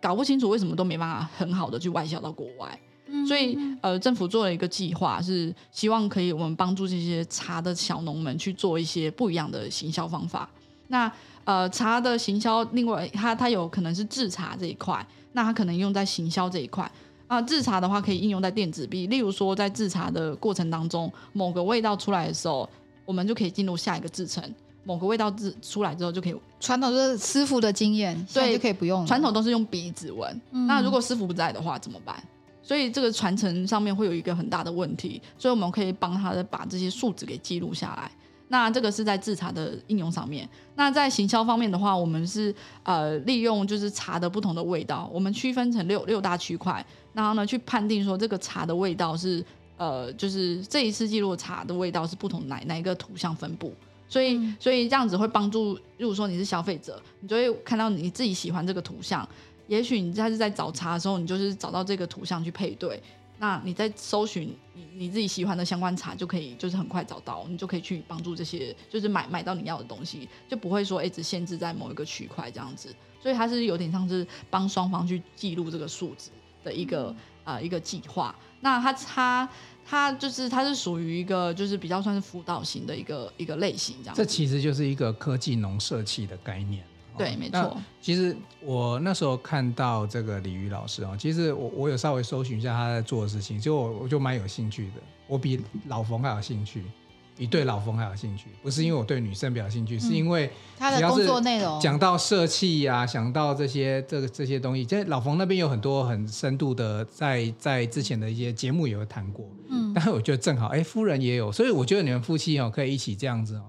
Speaker 3: 搞不清楚为什么都没办法很好的去外销到国外，所以
Speaker 2: 嗯
Speaker 3: 呃，政府做了一个计划，是希望可以我们帮助这些茶的小农们去做一些不一样的行销方法。那呃，茶的行销，另外它它有可能是制茶这一块，那它可能用在行销这一块。啊，制茶的话可以应用在电子币，例如说在制茶的过程当中，某个味道出来的时候，我们就可以进入下一个制成；某个味道制出来之后，就可以
Speaker 2: 传统就是师傅的经验，现在就可以不用了
Speaker 3: 传统都是用鼻子闻，
Speaker 2: 嗯
Speaker 3: 那如果师傅不在的话怎么办？所以这个传承上面会有一个很大的问题，所以我们可以帮他的把这些数值给记录下来。那这个是在制茶的应用上面。那在行销方面的话，我们是呃利用就是茶的不同的味道，我们区分成六六大区块，然后呢去判定说这个茶的味道是呃就是这一次记录的茶的味道是不同哪哪一个图像分布。所以，所以这样子会帮助，如果说你是消费者，你就会看到你自己喜欢这个图像。也许你下次在找茶的时候，你就是找到这个图像去配对。那你在搜寻你你自己喜欢的相关茶，就可以就是很快找到，你就可以去帮助这些，就是买买到你要的东西，就不会说一直限制在某一个区块这样子。所以它是有点像是帮双方去记录这个数值的一个、呃一个计划。那它它它就是它是属于一个就是比较算是辅导型的一个一个类型这样子。
Speaker 1: 这其实就是一个科技农社企的概念。哦
Speaker 3: 对没。
Speaker 1: 那
Speaker 3: 错
Speaker 1: 其实我那时候看到这个李宇老师哦，其实我我有稍微搜寻一下他在做的事情，就我我就蛮有兴趣的，我比老冯还有兴趣，比对老冯还有兴趣，不是因为我对女生比较兴趣，
Speaker 3: 嗯
Speaker 1: 是因为
Speaker 2: 他的工作内容
Speaker 1: 讲到社气啊，想到这些这个这些东西，其实老冯那边有很多很深度的在，在之前的一些节目也有谈过。嗯，但是我觉得正好，哎，夫人也有，所以我觉得你们夫妻哦，可以一起这样子哦，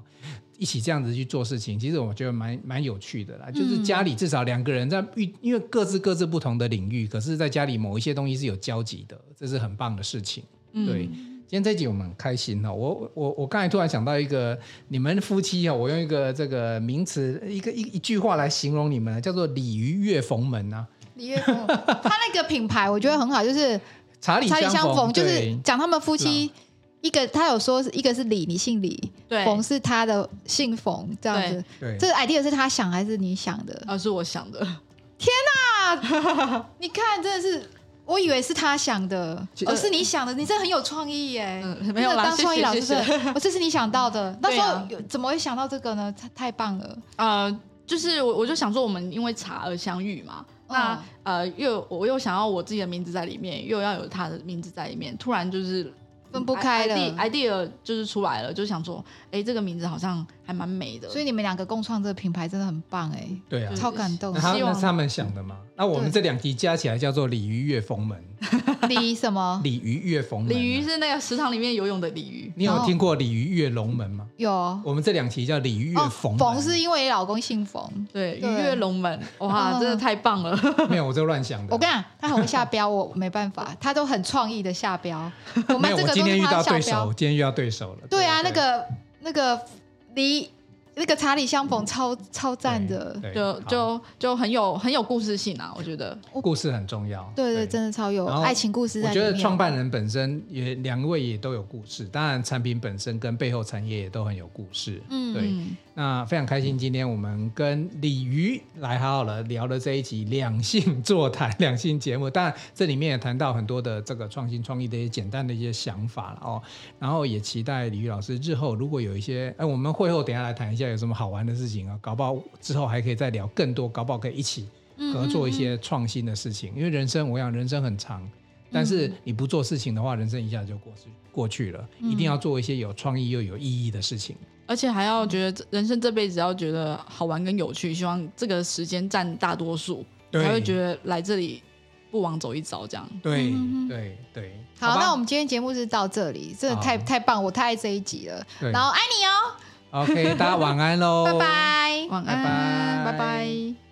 Speaker 1: 一起这样子去做事情，其实我觉得蛮蛮有趣的啦。就是家里至少两个人在遇，因为各自各自不同的领域，可是在家里某一些东西是有交集的，这是很棒的事情。
Speaker 3: 嗯
Speaker 1: 对，今天这一集我们很开心哦。我我我刚才突然想到一个，你们夫妻哦，我用一个这个名词，一个一一句话来形容你们，啊叫做“鲤鱼跃逢门”啊，
Speaker 2: 李月峰，他那个品牌我觉得很好， 就是
Speaker 1: 查理
Speaker 2: 查理相逢，就是
Speaker 1: 对啊
Speaker 2: 讲他们夫妻。一个他有说是一个是李，你姓李，
Speaker 3: 对
Speaker 2: 冯是他的姓冯，这样子。
Speaker 1: 对
Speaker 2: 这个 idea 是他想还是你想的？
Speaker 3: 呃，是我想的。
Speaker 2: 你看，真的是，我以为是他想的，
Speaker 1: 其呃
Speaker 2: 而、是你想的，你真的很有创意耶！
Speaker 3: 嗯 没
Speaker 2: 真
Speaker 3: 有
Speaker 2: 的
Speaker 3: 啦
Speaker 2: 哎当
Speaker 3: 谢
Speaker 2: 创意
Speaker 3: 谢
Speaker 2: 老师
Speaker 3: 谢谢
Speaker 2: 真的，我哦这是你想到 的。那时
Speaker 3: 对
Speaker 2: 候
Speaker 3: 啊
Speaker 2: 有怎么会想到这个呢？太太棒了，
Speaker 3: 呃，就是我我就想说，我们因为茶而相遇嘛。那、
Speaker 2: 嗯
Speaker 3: 呃，又我又想要我自己的名字在里面，又要有他的名字在里面，突然就是
Speaker 2: 分不开
Speaker 3: i-
Speaker 2: 了。
Speaker 3: idea 就是出来了，就想说，哎、这个名字好像还蛮美的。
Speaker 2: 所以你们两个共创这个品牌真的很棒哎，
Speaker 1: 对啊
Speaker 3: 就。是
Speaker 2: 超感动
Speaker 1: 那。他
Speaker 3: 希
Speaker 1: 那
Speaker 3: 望
Speaker 1: 是他们想的嘛？那我们
Speaker 2: 对
Speaker 1: 这两集加起来叫做“鲤鱼跃逢门
Speaker 2: 李什”，么？
Speaker 1: 鲤鱼跃逢门、啊
Speaker 3: 鲤鱼，是那个池塘里面游泳的鲤鱼，
Speaker 1: 你有听过“鲤鱼跃龙门”吗？
Speaker 2: 有
Speaker 1: 我们这两集叫“鲤鱼跃
Speaker 2: 哦，
Speaker 1: 逢门”，
Speaker 2: 冯是因为老公姓冯。
Speaker 3: 对，鱼
Speaker 2: 对
Speaker 3: 跃龙门，哇，
Speaker 2: 嗯
Speaker 3: 真的太棒了。
Speaker 1: 没有，我就乱想的。
Speaker 2: 我跟你讲，他很会下标，我没办法，他都很创意的下标。 我
Speaker 1: 没
Speaker 2: 们
Speaker 1: 有，
Speaker 2: 这
Speaker 1: 我
Speaker 2: 个
Speaker 1: 今
Speaker 2: 都
Speaker 1: 天
Speaker 2: 是
Speaker 1: 遇
Speaker 2: 他
Speaker 1: 到
Speaker 2: 的下
Speaker 1: 对手，
Speaker 2: 标。
Speaker 1: 今天遇到对手了。
Speaker 2: 对啊，那个那个离那个查理相逢超超赞的，
Speaker 1: 嗯对
Speaker 3: 就
Speaker 1: 好
Speaker 3: 就就很有很有故事性啊，我觉得。
Speaker 1: 故事很重要。
Speaker 2: 对对，真的超有
Speaker 1: 然后
Speaker 2: 爱情故事
Speaker 1: 我
Speaker 2: 在里
Speaker 1: 觉
Speaker 2: 面。哦
Speaker 1: 得创办人本身也两位也都有故事，当然产品本身跟背后产业也都很有故事。
Speaker 2: 嗯
Speaker 1: 对
Speaker 3: 嗯，
Speaker 1: 那非常开心，今天我们跟鲤鱼来好好了聊了这一集两性座谈、 两性节目。当然，这里面也谈到很多的这个创新创意的一些简单的一些想法了哦。然后也期待鲤鱼老师日后如果有一些，哎，我们会后等一下来谈一下有什么好玩的事情啊，搞不好之后还可以再聊更多，搞不好可以一起
Speaker 2: 嗯
Speaker 1: 合作一些创新的事情。因为人生，我想人生很长，但
Speaker 2: 嗯
Speaker 1: 是你不做事情的话，人生一下就过去过去了。一定要
Speaker 2: 嗯
Speaker 1: 做一些有创意又有意义的事情。
Speaker 3: 而且还要觉得这人生这辈子要觉得好玩跟有趣，希望这个时间占大多数，
Speaker 1: 对
Speaker 3: 才会觉得来这里不枉走一遭这样。
Speaker 1: 对
Speaker 2: 嗯嗯嗯
Speaker 1: 对对，
Speaker 2: 好，那我
Speaker 1: 们
Speaker 2: 们今天节目就到这里，真的
Speaker 1: 好
Speaker 2: 太太棒，我太爱这一集了。
Speaker 1: 对
Speaker 2: 然后爱你哦，
Speaker 1: OK，大家晚安喽，
Speaker 2: 哦拜拜。
Speaker 3: 晚
Speaker 1: 拜
Speaker 3: 安，
Speaker 1: 拜
Speaker 3: 拜拜